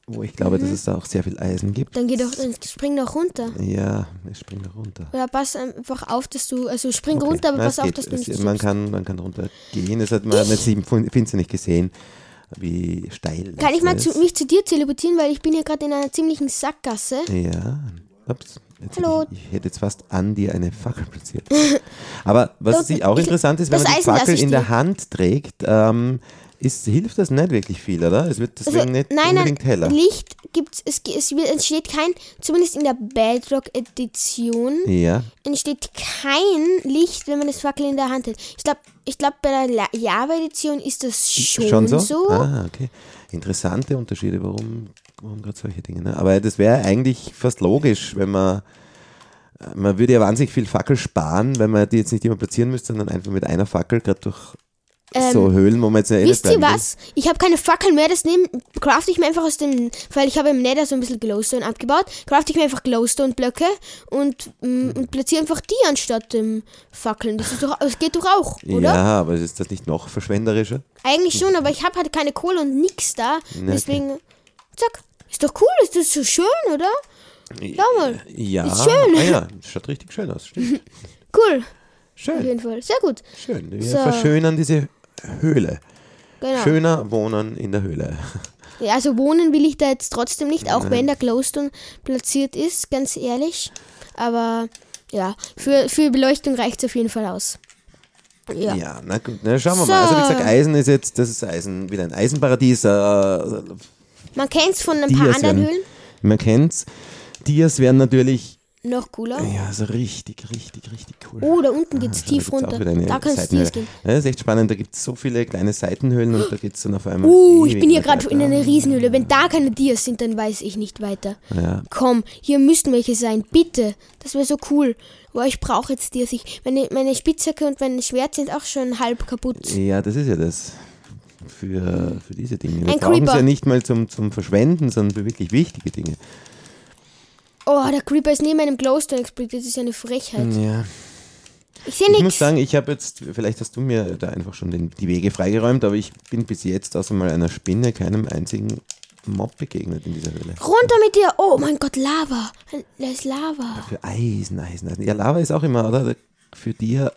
B: wo ich glaube, dass es da auch sehr viel Eisen gibt.
A: Mhm. Dann geh doch, dann spring doch runter.
B: Ja, ich springe da runter.
A: Oder pass einfach auf, dass du, also spring
B: Okay.
A: runter, aber
B: Na,
A: pass
B: es
A: auf,
B: geht.
A: dass du nicht
B: es, man,
A: stirbst.
B: kann, man kann runtergehen. Es hat man hat jetzt, ich finde ja nicht gesehen, wie steil
A: Kann ich
B: das
A: mal
B: ist.
A: zu, mich zu dir teleportieren, weil ich bin hier gerade in einer ziemlichen Sackgasse.
B: Ja. Ups. Jetzt
A: Hallo.
B: Hätte ich, ich hätte jetzt fast an dir eine Fackel platziert. Aber was
A: Doch,
B: sich auch
A: ich-
B: interessant ist, wenn
A: das
B: man die
A: Eisen lasse
B: Fackel
A: ich
B: in
A: dir.
B: der Hand trägt, ähm, ist, hilft das nicht wirklich viel, oder? Es wird deswegen
A: Also,
B: nicht
A: nein, nein,
B: unbedingt heller.
A: Licht gibt's, es, ge- es wird- entsteht kein, zumindest in der Bedrock-Edition,
B: Ja,
A: entsteht kein Licht, wenn man das Fackel in der Hand hält. Ich glaube, ich glaub, bei der La- Java-Edition ist das schon,
B: schon so?
A: so.
B: Ah, okay. Interessante Unterschiede, warum, warum gerade solche Dinge. Ne? Aber das wäre eigentlich fast logisch, wenn man, man würde ja wahnsinnig viel Fackel sparen, wenn man die jetzt nicht immer platzieren müsste, sondern einfach mit einer Fackel gerade durch so Höhlen, wo man jetzt ja eh
A: Ähm,
B: nicht
A: Wisst ihr
B: bleiben will.
A: was? Ich habe keine Fackeln mehr, das nehmen, craft ich mir einfach aus dem, weil ich habe im Nether so ein bisschen Glowstone abgebaut, craft ich mir einfach Glowstone-Blöcke und,
B: Hm.
A: mm, und platziere einfach die anstatt dem Fackeln. Das, ist doch, das geht doch auch, oder?
B: Ja, aber ist das nicht noch verschwenderischer? Hm.
A: Eigentlich schon, aber ich habe halt keine Kohle und nix da.
B: Na,
A: deswegen, zack. Ist doch cool, ist das so schön, oder? Schau mal.
B: Ja.
A: Ist schön.
B: Ah, ja, schaut richtig schön aus. Stimmt.
A: Cool, auf
B: Schön,
A: jeden Fall. Sehr gut.
B: schön. Wir
A: So.
B: verschönern diese Höhle.
A: Genau.
B: Schöner wohnen in der Höhle.
A: Ja, also wohnen will ich da jetzt trotzdem nicht, auch wenn der Glowstone platziert ist, ganz ehrlich. Aber ja, für, für Beleuchtung reicht es auf jeden Fall aus. Ja.
B: Ja, na gut, na, schauen wir
A: So.
B: mal. Also wie gesagt, Eisen ist jetzt, das ist Eisen, wieder ein Eisenparadies. Äh,
A: Man kennt es von ein paar
B: Dias
A: anderen
B: werden,
A: Höhlen.
B: man kennt's. Dias werden natürlich,
A: Noch cooler.
B: ja, so richtig, richtig, richtig cool.
A: Oh, da unten geht's
B: Schau, Ah,
A: tief
B: da gibt's auch
A: runter.
B: wieder eine
A: Da kannst du
B: Seitenhöhle.
A: Dias gehen.
B: Ja, das ist echt spannend, da gibt es so viele kleine Seitenhöhlen und da geht es dann auf einmal.
A: Uh, ich
B: ewig
A: bin hier
B: weit
A: gerade in
B: weiter.
A: einer Riesenhöhle. Wenn da keine Dias sind, dann weiß ich nicht weiter.
B: Ja.
A: Komm, hier müssten welche sein. Bitte. Das wäre so cool. Boah, ich brauche jetzt Dias. Ich, meine, meine Spitzhacke und mein Schwert sind auch schon halb kaputt.
B: Ja, das ist ja das. Für, für diese Dinge. Wir
A: Ein
B: brauchen es
A: Creeper.
B: ja nicht mal zum, zum Verschwenden, sondern für wirklich wichtige Dinge.
A: Oh, der Creeper ist neben meinem Glowstone explodiert. Das ist ja eine Frechheit.
B: Ja.
A: Ich sehe
B: Hm. Ich muss
A: nichts.
B: sagen, ich habe jetzt, vielleicht hast du mir da einfach schon den, die Wege freigeräumt, aber ich bin bis jetzt außer mal einer Spinne keinem einzigen Mob begegnet in dieser Höhle.
A: Runter mit dir. Oh mein Gott, Lava. Da ist Lava.
B: Für Eisen, Eisen, Eisen. Ja, Lava ist auch immer, oder? Für dir.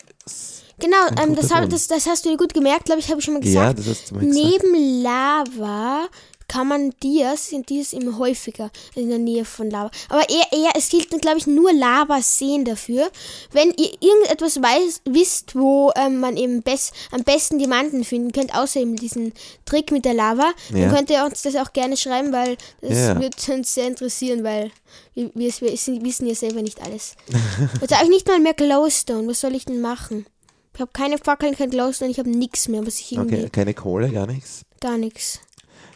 A: Genau, ähm, das,
B: guter
A: hab,
B: Grund.
A: das, das hast du dir gut gemerkt, glaube ich, habe ich schon mal gesagt.
B: Ja, das hast du mal gesagt.
A: Neben Lava kann man Dias, sind Dias immer häufiger in der Nähe von Lava. Aber eher, eher es gilt, glaube ich, nur Lavaseen dafür. Wenn ihr irgendetwas weiß, wisst, wo ähm, man eben bes am besten Diamanten finden könnt, außer eben diesen Trick mit der Lava,
B: Ja.
A: dann könnt ihr uns das auch gerne schreiben, weil das
B: Ja.
A: wird uns sehr interessieren, weil wir, wir, wir wissen ja selber nicht alles. Jetzt habe ich nicht mal mehr Glowstone. Was soll ich denn machen? Ich habe keine Fackeln, kein Glowstone, ich habe nichts mehr, was ich irgendwie.
B: Okay, keine Kohle, gar nichts.
A: Gar nichts.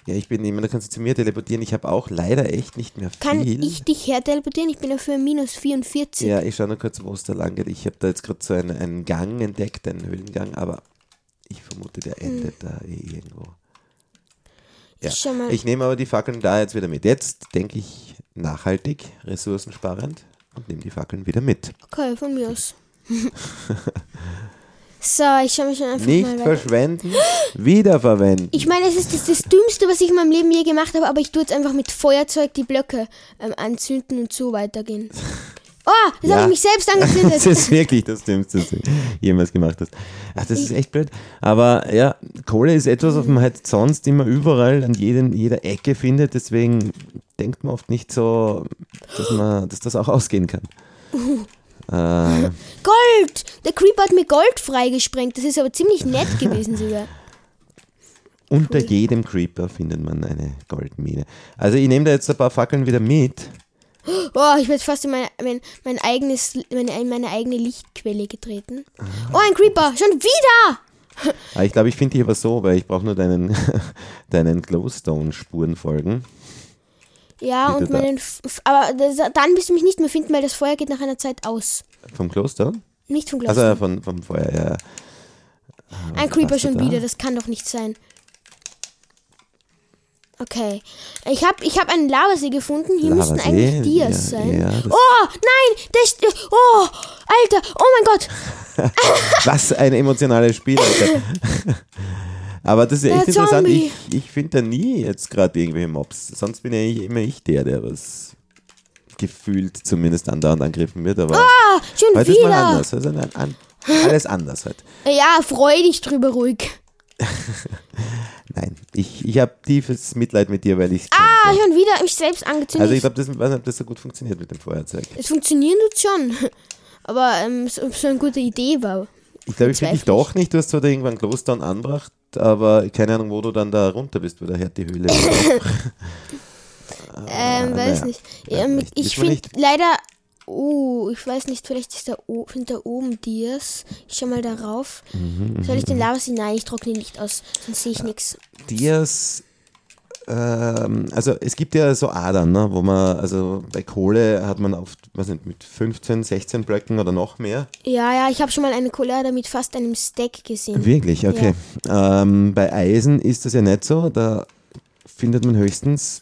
B: Ja, ich bin immer, da kannst du zu mir teleportieren. Ich habe auch leider echt nicht mehr viel.
A: Kann ich dich her teleportieren? Ich bin dafür minus 44.
B: Ja, ich schaue nur kurz, wo es da lang geht. Ich habe da jetzt gerade so einen, einen Gang entdeckt, einen Höhlengang, aber ich vermute, der endet da eh irgendwo. Ja.
A: Hm. Ich schau mal.
B: Ich nehme aber die Fackeln da jetzt wieder mit. Jetzt denke ich nachhaltig, ressourcensparend und nehme die Fackeln wieder mit.
A: Okay, von mir aus. so, ich schaue mich schon einfach
B: Nicht
A: mal weiter.
B: verschwenden, wiederverwenden.
A: Ich meine, es ist das, das Dümmste, was ich in meinem Leben je gemacht habe, aber ich tue jetzt einfach mit Feuerzeug die Blöcke ähm, anzünden und so weitergehen. Oh, jetzt
B: Ja.
A: habe ich mich selbst
B: das
A: angezündet.
B: ist wirklich das Dümmste, was du jemals gemacht hast. Ach, das ist echt blöd. Aber ja, Kohle ist etwas, was man halt sonst immer überall an jedem, jeder Ecke findet. Deswegen denkt man oft nicht so, dass, man, dass das auch ausgehen kann. Ähm,
A: Gold! Der Creeper hat mir Gold freigesprengt. Das ist aber ziemlich nett gewesen sogar.
B: unter jedem Creeper findet man eine Goldmine. Also ich nehme da jetzt ein paar Fackeln wieder mit.
A: Boah, ich werde fast in mein, mein, mein eigenes, meine, in meine eigene Lichtquelle getreten. Oh, ein Creeper! Schon wieder!
B: Aber ich glaube, ich finde dich aber so, weil ich brauche nur deinen, deinen Glowstone-Spuren folgen.
A: Ja,
B: Bitte
A: und
B: da.
A: meinen. F F- aber das, dann wirst du mich nicht mehr finden, weil das Feuer geht nach einer Zeit aus.
B: Vom Kloster?
A: Nicht vom Glas.
B: Also von, vom Feuer, ja.
A: Ein Creeper
B: warst du
A: schon
B: da?
A: wieder, das kann doch nicht sein. Okay. Ich habe ich hab einen Lavasee gefunden. Hier müssten
B: Lavasee?
A: eigentlich Dias
B: Ja,
A: sein.
B: ja, das-
A: oh, nein! Der ist, oh, Alter! Oh mein Gott!
B: Was ein emotionales Spiel, Alter. Aber das ist ja
A: Der
B: echt interessant.
A: Zombie.
B: Ich, ich finde da nie jetzt gerade irgendwelche Mobs. Sonst bin ja ich immer ich der, der was gefühlt zumindest andauernd angegriffen wird. Aber
A: Ah, schon
B: heute ist mal
A: wieder!
B: anders. Also nein, an, alles anders halt. heute.
A: Ja, freu dich drüber ruhig.
B: Nein, ich, ich habe tiefes Mitleid mit dir, weil ich.
A: Ah, schon wieder mich selbst angezündet.
B: also ich glaube, das, ich weiß nicht, ob das so gut funktioniert mit dem Feuerzeug.
A: es funktioniert jetzt schon. Aber ähm, so, so eine gute Idee war.
B: Ich glaube, ich finde dich
A: Bezweifle
B: doch nicht. Du hast zwar da irgendwann Kloster anbracht, aber keine Ahnung, wo du dann da runter bist, weil da hört die Höhle.
A: Ähm, weiß
B: naja.
A: nicht.
B: Ja,
A: Ähm,
B: vielleicht
A: ich
B: wissen wir
A: finde leider. Oh, ich weiß nicht, vielleicht ist da, o- sind da oben Dias. Ich schau mal darauf.
B: Mhm,
A: Soll ich den Lavas? Nein, ich trockne ihn nicht aus, sonst sehe ich nichts.
B: Dias, ähm, also es gibt ja so Adern, ne, wo man, also bei Kohle hat man oft, was nicht, mit 15, 16 Blöcken oder noch mehr.
A: Ja, ja, ich habe schon mal eine Collade mit fast einem Stack gesehen.
B: Wirklich, okay. Ähm, bei Eisen ist das ja nicht so, da findet man höchstens,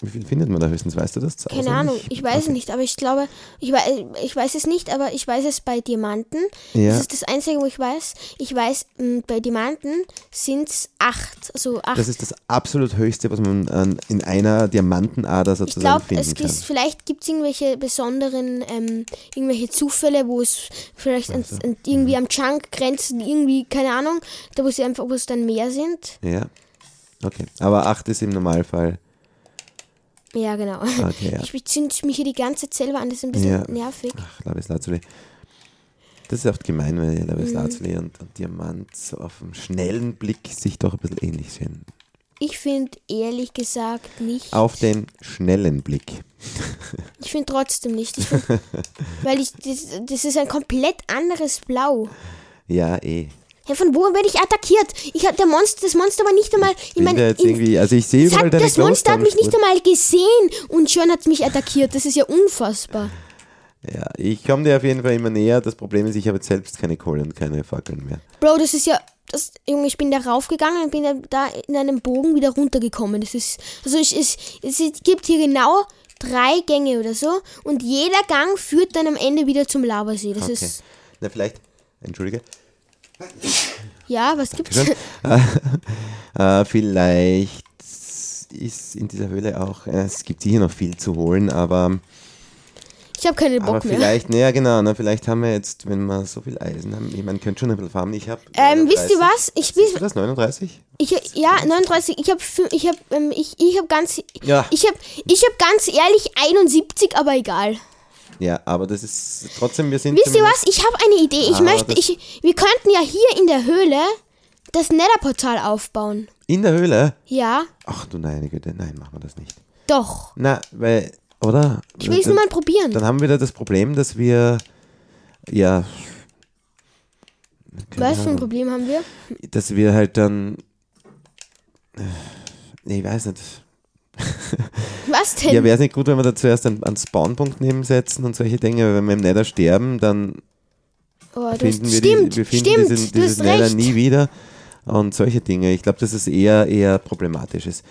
B: wie viel findet man da höchstens, weißt du das?
A: Keine Ahnung, ich weiß es nicht, aber ich glaube, ich, wei- ich weiß es nicht, aber ich weiß es bei Diamanten.
B: Ja.
A: Das ist das Einzige, wo ich weiß. Ich weiß, mh, bei Diamanten sind es acht. Also acht.
B: Das ist das absolut höchste, was man an, in einer Diamantenader
A: Ich
B: sozusagen
A: glaube, es
B: finden kann.
A: ist, vielleicht gibt es irgendwelche besonderen, ähm, irgendwelche Zufälle, wo es vielleicht
B: Also,
A: ans, an, irgendwie
B: mhm.
A: am Chunk grenzen, irgendwie, keine Ahnung, da wo sie einfach, wo es dann mehr sind.
B: Ja. Okay, aber 8 ist im Normalfall.
A: Ja, genau.
B: Okay, ja.
A: Ich zünde mich hier die ganze Zeit selber an, das ist ein bisschen
B: Ja.
A: nervig.
B: Ach, Lavis Lazuli. Das ist oft gemein, weil
A: Mhm.
B: Lavis Lazuli und, und Diamant so auf dem schnellen Blick sich doch ein bisschen ähnlich sehen.
A: Ich finde ehrlich gesagt nicht.
B: Auf den schnellen Blick.
A: Ich finde trotzdem nicht. Ich find, weil ich, das, das ist ein komplett anderes Blau.
B: Ja, eh.
A: Hey, von wo werde ich attackiert? Ich hab der Monster, das Monster war nicht einmal in
B: Bin da
A: mein,
B: jetzt
A: in,
B: irgendwie, also ich sehe
A: Das,
B: überall
A: hat,
B: deine
A: das Monster hat mich nicht
B: Glowstone-Spuren.
A: einmal gesehen und schon hat es mich attackiert. Das ist ja unfassbar.
B: Ja, ich komme dir auf jeden Fall immer näher. Das Problem ist, ich habe jetzt selbst keine Kohle und keine Fackeln mehr.
A: Bro, das ist ja. Das, Junge, ich bin da raufgegangen und bin dann da in einem Bogen wieder runtergekommen. Das ist. Also es, es, es gibt hier genau drei Gänge oder so und jeder Gang führt dann am Ende wieder zum Lavasee. Das
B: Okay.
A: ist.
B: Na, vielleicht, entschuldige,
A: Ja, was gibt's?
B: Dankeschön. äh, vielleicht ist in dieser Höhle auch, äh, es gibt hier noch viel zu holen, aber
A: Ich habe keinen
B: Aber
A: Bock mehr.
B: vielleicht, naja genau, na, vielleicht haben wir jetzt, wenn wir so viel Eisen haben, ich meine, könnte schon ein bisschen farmen. Ich habe.
A: Ähm, wisst ihr was? Ich,
B: Siehst du
A: ich,
B: das, 39?
A: ich ja 39. Ich habe ich habe ähm, ich, ich habe ganz
B: Ja.
A: ich habe ich habe ganz ehrlich 71, aber egal.
B: Ja, aber das ist trotzdem, wir sind.
A: Wisst ihr
B: zumindest-
A: was? Ich habe eine Idee. Ich
B: Aber
A: möchte,
B: das-
A: ich, wir könnten ja hier in der Höhle das Netherportal aufbauen.
B: In der Höhle?
A: Ja,
B: Ach du meine Güte, nein, machen wir das nicht.
A: doch.
B: Na, weil, oder?
A: Ich will es nur
B: Äh,
A: mal probieren.
B: Dann haben wir wieder das Problem, dass wir. Ja. keine
A: Was für ein
B: Ahnung,
A: Problem haben wir?
B: Dass wir halt dann. äh, Nee, ich weiß nicht.
A: Was denn?
B: Ja, wäre es nicht gut, wenn wir da zuerst einen, einen Spawnpunkt nebensetzen und solche Dinge, weil wenn wir im Nether sterben, dann
A: oh, du hast,
B: finden wir,
A: stimmt,
B: die, wir finden
A: stimmt,
B: diesen,
A: du
B: dieses
A: hast
B: Nether
A: recht.
B: nie wieder und solche Dinge. Ich glaube, dass es eher, eher problematisch ist.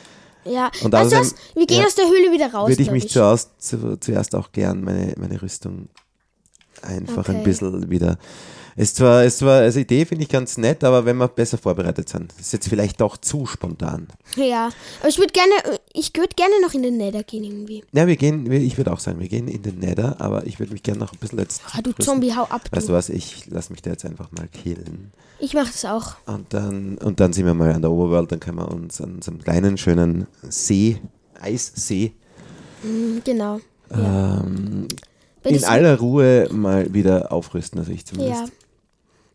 A: ja,
B: Und
A: weißt du was?
B: außerdem-
A: Wir gehen
B: ja.
A: aus der Höhle wieder raus.
B: Würde ich
A: glaub
B: mich zuerst, zu, zuerst auch gern meine, meine Rüstung einfach
A: Okay.
B: ein bisschen wieder. Es zwar, es zwar als Idee finde ich ganz nett, aber wenn wir besser vorbereitet sind, ist jetzt vielleicht doch zu spontan.
A: Ja, aber ich würde gerne, ich würde gerne noch in den Nether gehen irgendwie.
B: Ja, wir gehen, wir, ich würde auch sagen, wir gehen in den Nether, aber ich würde mich gerne noch ein bisschen jetzt.
A: Ah, du
B: rüsten.
A: Zombie, hau ab.
B: Weißt
A: Du.
B: du was, ich lasse mich da jetzt einfach mal killen.
A: Ich mache das auch.
B: Und dann, und dann sind wir mal an der Oberwelt, dann können wir uns an so einem kleinen, schönen See, Eissee,
A: Genau.
B: ähm,
A: Wenn
B: in
A: ich's-
B: aller Ruhe mal wieder aufrüsten, also ich zumindest.
A: Ja.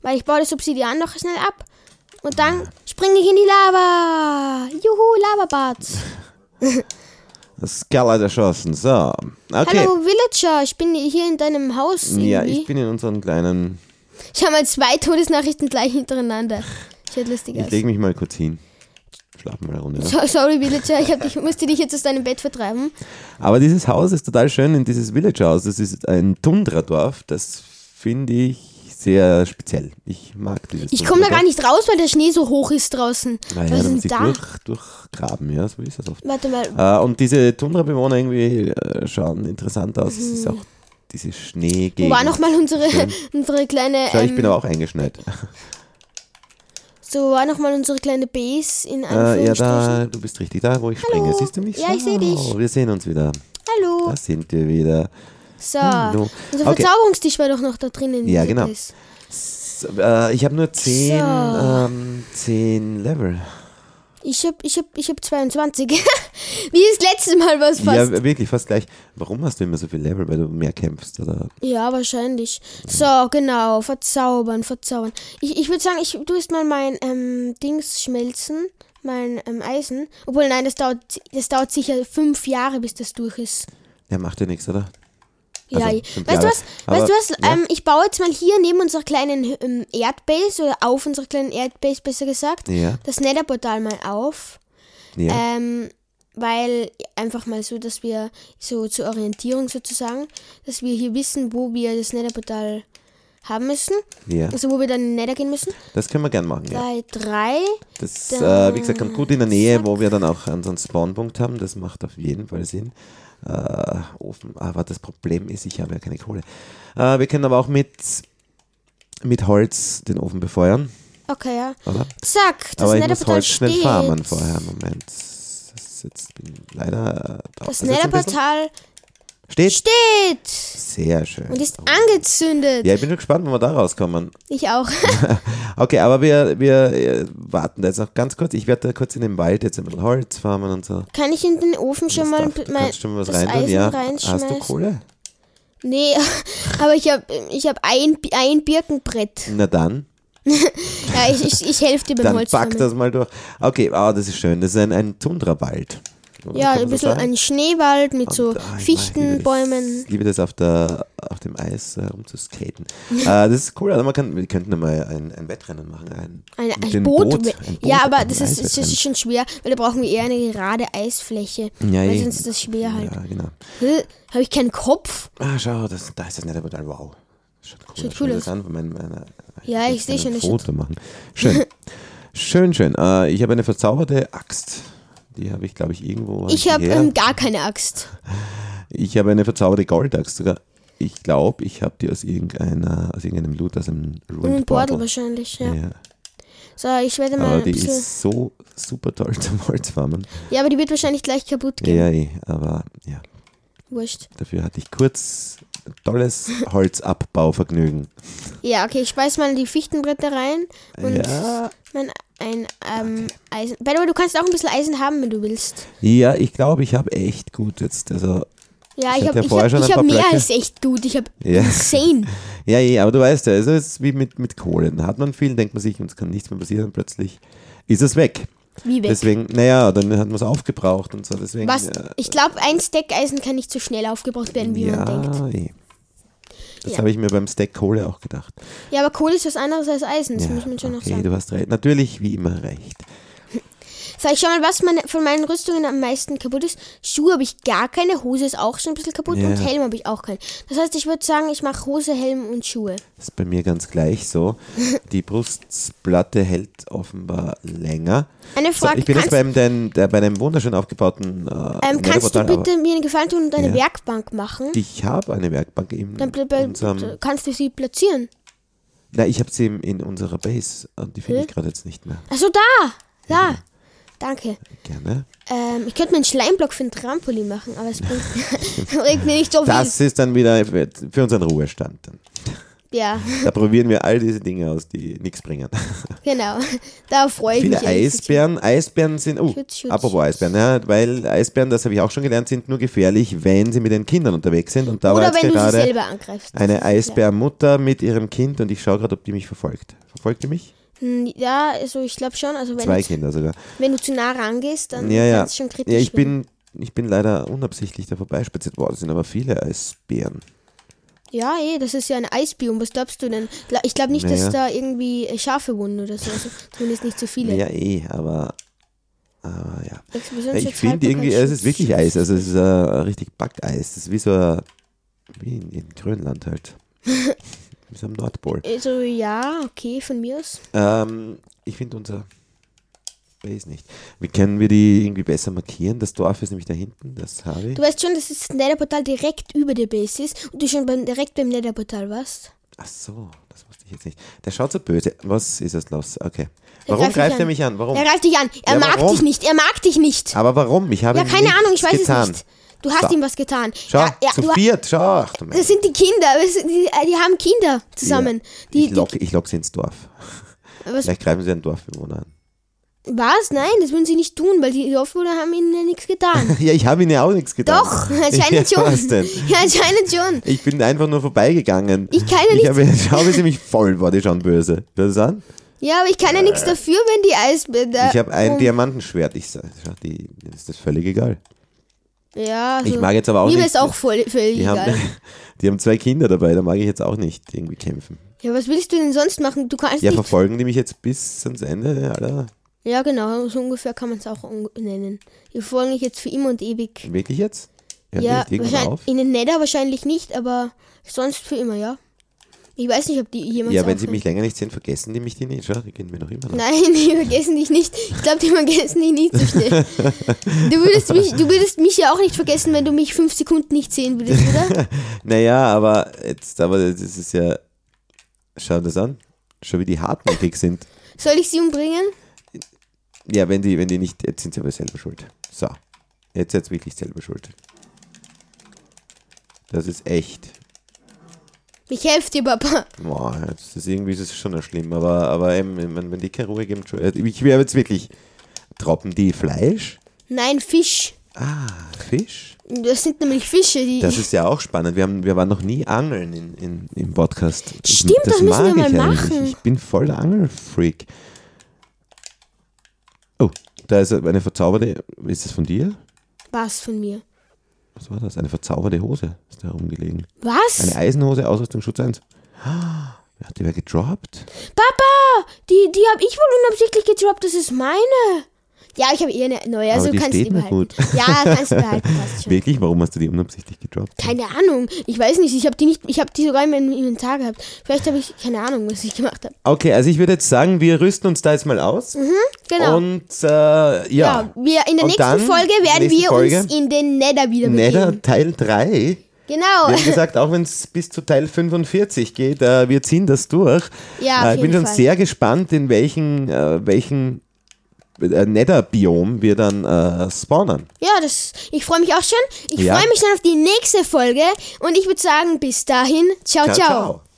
A: Weil ich baue das Obsidian noch schnell ab. Und dann springe ich in die Lava. Juhu, Lavabad.
B: Das Skala der Chancen, so. Okay.
A: Hallo, Villager. Ich bin hier in deinem Haus. Irgendwie.
B: ja, ich bin in unseren kleinen.
A: Ich habe mal zwei Todesnachrichten gleich hintereinander. Schaut lustig
B: Ich
A: aus.
B: lege mich mal kurz hin. Schlafen mal eine Runde. Ne?
A: So, sorry, Villager. Ich, hab, ich musste dich jetzt aus deinem Bett vertreiben.
B: Aber dieses Haus ist total schön und dieses Village House, das ist ein Tundradorf, das finde ich sehr speziell. Ich mag dieses
A: Ich komme da gar
B: Tundradorf.
A: nicht raus, weil der Schnee so hoch ist draußen.
B: Naja,
A: Was
B: da muss
A: ist
B: ich
A: denn da?
B: durch, durchgraben, ja, so ist das oft.
A: Warte mal.
B: Äh, und diese Tundrabewohner irgendwie äh, schauen interessant aus. Es
A: Mhm.
B: ist auch diese
A: Wo
B: Schneegegend.
A: war nochmal unsere,
B: Schön.
A: unsere kleine.
B: Schau, ich bin
A: ähm,
B: aber auch eingeschneit.
A: so war nochmal unsere kleine Base in
B: Äh, ja,
A: Anführungsstrichen.
B: da, du bist richtig da, wo ich springe. Siehst du mich?
A: Ja, ich seh dich. Oh.
B: Oh, wir sehen uns wieder.
A: Hallo.
B: Da sind wir wieder.
A: So.
B: Hallo.
A: Unser
B: Hm, Okay.
A: Verzauberungstisch war doch noch da drinnen.
B: Ja,
A: wie
B: genau.
A: das.
B: So, äh, ich habe nur 10
A: So.
B: ähm, 10 Level.
A: Ich hab, ich hab, ich hab 22. wie das letzte Mal war es fast.
B: Ja, wirklich, fast gleich. Warum hast du immer so viel Level, weil du mehr kämpfst? Oder?
A: Ja, wahrscheinlich. So, genau. Verzaubern, verzaubern. Ich, ich würde sagen, ich du isst mal mein ähm, Dings schmelzen, mein ähm, Eisen. Obwohl, nein, das dauert, das dauert sicher fünf Jahre, bis das durch ist.
B: Ja, macht ja nichts, oder?
A: Ja,
B: Also,
A: ich-
B: fünf
A: weißt du
B: Jahre.
A: was?
B: Aber-
A: weißt du was?
B: ja.
A: Ähm, ich baue jetzt mal hier neben unserer kleinen ähm, Erdbase oder auf unserer kleinen Erdbase, besser gesagt,
B: Ja,
A: das Netherportal mal auf.
B: ja.
A: Ähm, weil einfach mal so, dass wir so zur Orientierung sozusagen, dass wir hier wissen, wo wir das Netherportal haben müssen.
B: ja.
A: Also wo wir dann in den Nether gehen müssen.
B: Das können wir gern machen. Ja.
A: Bei drei.
B: Das,
A: Da-
B: äh, wie gesagt, kommt gut in der Nähe, wo wir dann auch unseren Spawnpunkt haben. Das macht auf jeden Fall Sinn. Äh, Ofen, aber das Problem ist, ich habe ja keine Kohle. Äh, wir können aber auch mit, mit Holz den Ofen befeuern,
A: Okay, ja.
B: oder?
A: Zack, das
B: aber ich muss
A: Netherportal
B: Holz
A: steht.
B: schnell farmen vorher. Moment. Das ist jetzt bin leider äh,
A: Das
B: dauert jetzt ein bisschen.
A: Netherportal
B: steht
A: steht
B: sehr schön.
A: und ist angezündet.
B: Ja, ich bin schon gespannt, wann wir da rauskommen.
A: Ich auch.
B: Okay, aber wir, wir äh, warten da jetzt noch ganz kurz. Ich werde da kurz in den Wald jetzt ein bisschen Holz farmen und so.
A: Kann ich in den Ofen schon mal
B: Darf- du
A: mein,
B: kannst schon mal was
A: das
B: rein tun,
A: Eisen
B: ja. Hast du
A: reinschmeißen?
B: Kohle?
A: Nee, aber ich habe ich hab ein, Bi- ein Birkenbrett.
B: Na dann,
A: Ja, ich, ich, ich helfe dir beim
B: dann
A: Holzfarmen.
B: pack das mal durch. Okay, ah, das ist schön. Das ist ein, ein Tundrawald. oder?
A: Ja,
B: Kann man
A: ein
B: so
A: bisschen
B: sagen?
A: ein Schneewald mit so
B: Und, ah, ich
A: Fichtenbäumen.
B: Ich liebe das, auf, der, auf dem Eis äh, rumzuskaten. äh, das ist cool. Also man kann, wir könnten mal ein, ein Wettrennen machen. Ein,
A: Ein,
B: mit
A: ein,
B: dem
A: Boot.
B: ein Boot
A: Ja,
B: auf
A: aber
B: dem
A: das ist,
B: Eis
A: das ist schon schwer, weil da brauchen wir eher eine gerade Eisfläche.
B: Ja,
A: weil
B: eh.
A: sonst ist das schwer halt.
B: Ja, genau.
A: Habe ich keinen Kopf?
B: Ah, schau, das, da ist das Netherportal. Wow. Schaut
A: Schaut
B: cool, aus. Schau
A: cool
B: mir
A: aus.
B: das an, von meinem- meiner-
A: Ja, Ah, ich sehe
B: kann
A: schon.
B: ein
A: Das schaut-
B: Foto machen. Schön. schön, schön. Äh, ich habe eine verzauberte Axt. Die habe ich, glaube ich, irgendwo.
A: Ich
B: die
A: habe
B: her.
A: ähm, gar keine Axt.
B: ich habe eine verzauberte Goldaxt sogar. Ich glaube, ich habe die aus irgendeiner, aus irgendeinem Loot, aus einem
A: Nur ein
B: Ruined
A: Bordel
B: Portal.
A: wahrscheinlich, ja. Genau,
B: Ja.
A: So, ich werde mal
B: Aber
A: ein
B: die
A: bisschen.
B: ist so super toll zum Holzfarmen.
A: Ja, aber die wird wahrscheinlich gleich kaputt gehen.
B: Ja, eh, aber ja,
A: Wurscht.
B: dafür hatte ich kurz ein tolles Holzabbauvergnügen.
A: Ja, okay, ich schmeiß mal die Fichtenbretter rein und
B: Ja.
A: mein ein ähm, Eisen. By the way, du kannst auch ein bisschen Eisen haben, wenn du willst.
B: Ja, ich glaube, ich habe echt gut jetzt, also
A: Ja,
B: Ich
A: ich
B: hatte
A: habe
B: ja
A: ich hab,
B: vorher schon
A: ich hab
B: ein paar
A: mehr
B: Blöcke.
A: als echt gut. Ich habe
B: Ja.
A: insane.
B: Ja, ja, aber du weißt ja, es ist wie mit, mit Kohle. Dann hat man viel, denkt man sich, uns kann nichts mehr passieren, plötzlich ist es weg.
A: Wie weg.
B: Deswegen, naja, dann hat man es aufgebraucht und so. Deswegen,
A: Was?
B: äh,
A: Ich glaube, ein Stack Eisen kann nicht so schnell aufgebraucht werden, wie
B: ja,
A: man denkt.
B: eh. Das
A: Ja.
B: habe ich mir beim Stack Kohle auch gedacht.
A: Ja, aber Kohle ist was anderes als Eisen, das
B: ja,
A: muss man schon noch
B: okay,
A: sagen.
B: du hast recht. Natürlich, wie immer, recht.
A: So, ich schau mal, was meine, von meinen Rüstungen am meisten kaputt ist. Schuhe habe ich gar keine, Hose ist auch schon ein bisschen kaputt
B: Ja.
A: und Helm habe ich auch keinen. Das heißt, ich würde sagen, ich mache Hose, Helm und Schuhe.
B: Das ist bei mir ganz gleich so. Die Brustplatte hält offenbar länger.
A: Eine
B: So,
A: Frage,
B: ich bin jetzt
A: kannst,
B: beim, dein, der, bei deinem wunderschön aufgebauten äh,
A: ähm, kannst du
B: Netherportal, aber
A: bitte mir einen Gefallen tun und eine
B: Ja.
A: Werkbank machen?
B: Ich habe eine Werkbank im
A: Dann bl- bl-
B: unserem
A: kannst du sie platzieren.
B: Na, ich habe sie in, in unserer Base und die finde ich gerade jetzt nicht mehr.
A: Achso, da! Da! Danke.
B: Gerne.
A: Ähm, ich könnte mir einen Schleimblock für ein Trampolin machen, aber es bringt, bringt mir nicht so viel.
B: Das ist dann wieder für, für unseren Ruhestand. Dann.
A: Ja,
B: Da probieren wir all diese Dinge aus, die nichts bringen.
A: genau. Da freue ich
B: Viele
A: mich. ehrlich gesagt.
B: Eisbären, Eisbären sind, oh,
A: Schütz, Schütz,
B: apropos
A: Schütz.
B: Eisbären, ja, weil Eisbären, das habe ich auch schon gelernt, sind nur gefährlich, wenn sie mit den Kindern unterwegs sind. Und da
A: Oder
B: war jetzt
A: wenn du sie
B: gerade
A: selber angreifst. Das
B: eine
A: ist-
B: Eisbärmutter mit ihrem Kind und ich schaue gerade, ob die mich verfolgt. Verfolgt die mich?
A: Hm, Ja, also ich glaube schon. Also wenn,
B: Zwei
A: du,
B: Kinder sogar.
A: wenn du zu nah rangehst, dann
B: Ja, ja.
A: kann's schon kritisch
B: ja ich,
A: werden.
B: bin, ich bin leider unabsichtlich da vorbeispaziert worden, es sind aber viele Eisbären.
A: Ja, eh, das ist ja ein Eisbiom. Was glaubst du denn? Gla- Ich glaube nicht, dass da
B: Naja.
A: irgendwie äh, Schafe wohnen oder so. Also zumindest nicht so viele.
B: Ja, eh, aber. Aber ja.
A: Explosionsschutz,
B: ich finde irgendwie, es ist wirklich Eis. Also, es ist äh, richtig Backeis. Das ist wie so. Äh, wie in, in Grönland halt. wie so am Nordpol.
A: Also ja, okay, von mir aus.
B: Ähm, ich finde unser. Weiß nicht. Wie können wir die irgendwie besser markieren? Das Dorf ist nämlich da hinten, das habe ich.
A: Du weißt schon, dass das Netherportal direkt über der Base ist und du schon beim, direkt beim Netherportal warst.
B: Ach so, das wusste ich jetzt nicht. Der schaut so böse. Was ist das los? Okay.
A: Der
B: Warum
A: greift
B: greift
A: mich
B: er
A: an.
B: mich an? Warum?
A: Er greift dich an. Er
B: Ja,
A: mag
B: warum?
A: dich nicht. Er mag dich nicht.
B: Aber warum? Ich habe
A: ja, keine
B: nichts
A: Ahnung, ich weiß
B: getan.
A: es nicht. Du hast
B: So.
A: ihm was getan.
B: Schau,
A: ja, ja,
B: zu
A: du,
B: viert, schau. Ach, du
A: das sind die Kinder. Das sind- Die, äh, die haben Kinder zusammen. Die,
B: ich, lock, ich lock sie ins Dorf.
A: die, was,
B: Vielleicht greifen sie einen Dorfbewohner an.
A: was? Nein, das würden sie nicht tun, weil die Dorfbewohner haben ihnen ja nichts getan.
B: Ja, ich habe ihnen ja auch nichts getan.
A: Doch, anscheinend
B: ja,
A: schon.
B: Was denn?
A: Ja, anscheinend schon.
B: Ich bin einfach nur vorbeigegangen.
A: Ich kann ja
B: ich
A: nichts-
B: habe, Schau, wie sie mich voll war, die schon böse. Hör das an?
A: Ja, aber ich kann ja nichts dafür, wenn die Eisbären da.
B: Äh, Ich habe ein
A: rum-
B: Diamantenschwert. Ich sag, schau, die, denen ist das völlig egal.
A: Ja, also,
B: Ich mag jetzt aber auch
A: Mir
B: nicht.
A: ist auch voll, völlig
B: die,
A: egal.
B: haben, die haben zwei Kinder dabei, da mag ich jetzt auch nicht irgendwie kämpfen.
A: Ja, was willst du denn sonst machen? Du kannst
B: Ja,
A: nicht.
B: verfolgen die mich jetzt bis ans Ende aller.
A: Ja, genau, so ungefähr kann man es auch un- nennen. Wir folgen euch jetzt für immer und ewig.
B: Wirklich jetzt? Hören
A: ja,
B: die nicht irgendwann
A: wahrscheinlich,
B: auf?
A: in den Nether wahrscheinlich nicht, aber sonst für immer, ja. Ich weiß nicht, ob die jemals
B: Ja, wenn sie
A: aufhören.
B: mich länger nicht sehen, vergessen die mich die nicht. Schau, die gehen mir noch immer nach.
A: Nein, die vergessen dich nicht. Ich glaube, die vergessen dich nicht so schnell. Du würdest, mich, du würdest mich ja auch nicht vergessen, wenn du mich fünf Sekunden nicht sehen würdest, oder?
B: Naja, aber jetzt, aber das ist ja. Schau das an. Schau, wie die hartnäckig sind.
A: Soll ich sie umbringen?
B: Ja, wenn die, wenn die nicht. Jetzt sind sie aber selber schuld. So. Jetzt jetzt wirklich selber schuld. Das ist echt.
A: Ich helfe dir, Papa.
B: Boah, das ist irgendwie ist es schon noch schlimm, aber, aber eben, ich mein, wenn die keine Ruhe geben, Entschuldigung. ich wäre jetzt wirklich. Troppen die Fleisch?
A: Nein, Fisch.
B: Ah, Fisch?
A: Das sind nämlich Fische, die.
B: Das ist ja auch spannend. Wir, haben, wir waren noch nie angeln in, in, im Podcast.
A: Stimmt, das müssen wir mal machen.
B: Ich bin voll der Angelfreak. Oh, da ist eine verzauberte. Ist das von dir?
A: was von mir.
B: Was war das? Eine verzauberte Hose ist da rumgelegen.
A: Was?
B: Eine Eisenhose, Ausrüstung Schutz 1. Ah, Wer hat die wer gedroppt?
A: Papa, die, die habe ich wohl unabsichtlich gedroppt, das ist meine. Ja, ich habe eh eine neue, also
B: die
A: kannst du
B: steht
A: die
B: mir
A: behalten.
B: gut.
A: Ja, kannst du behalten, passt schon.
B: Wirklich? Warum hast du die unabsichtlich gedroppt?
A: Keine Ahnung, ich weiß nicht, ich habe die nicht, ich habe die sogar in meinem Inventar gehabt. Vielleicht habe ich keine Ahnung, was ich gemacht habe.
B: Okay, also ich würde jetzt sagen, wir rüsten uns da jetzt mal aus.
A: Genau.
B: Und äh, ja.
A: ja, wir in der
B: Und
A: nächsten
B: dann,
A: Folge werden
B: nächste
A: wir
B: Folge.
A: uns in den Nether wieder begeben.
B: Nether Teil 3. Wir
A: Genau.
B: haben gesagt, auch wenn es bis zu Teil 45 geht, äh, wir ziehen das durch.
A: Ja, auf
B: äh, ich bin
A: jeden
B: schon
A: Fall.
B: sehr gespannt, in welchen, äh, welchen äh, Nether-Biom wir dann äh, spawnen.
A: Ja, das ich freue mich auch schon. Ich
B: Ja.
A: freue mich schon auf die nächste Folge und ich würde sagen, bis dahin, Oh, ciao. ciao.
B: ciao.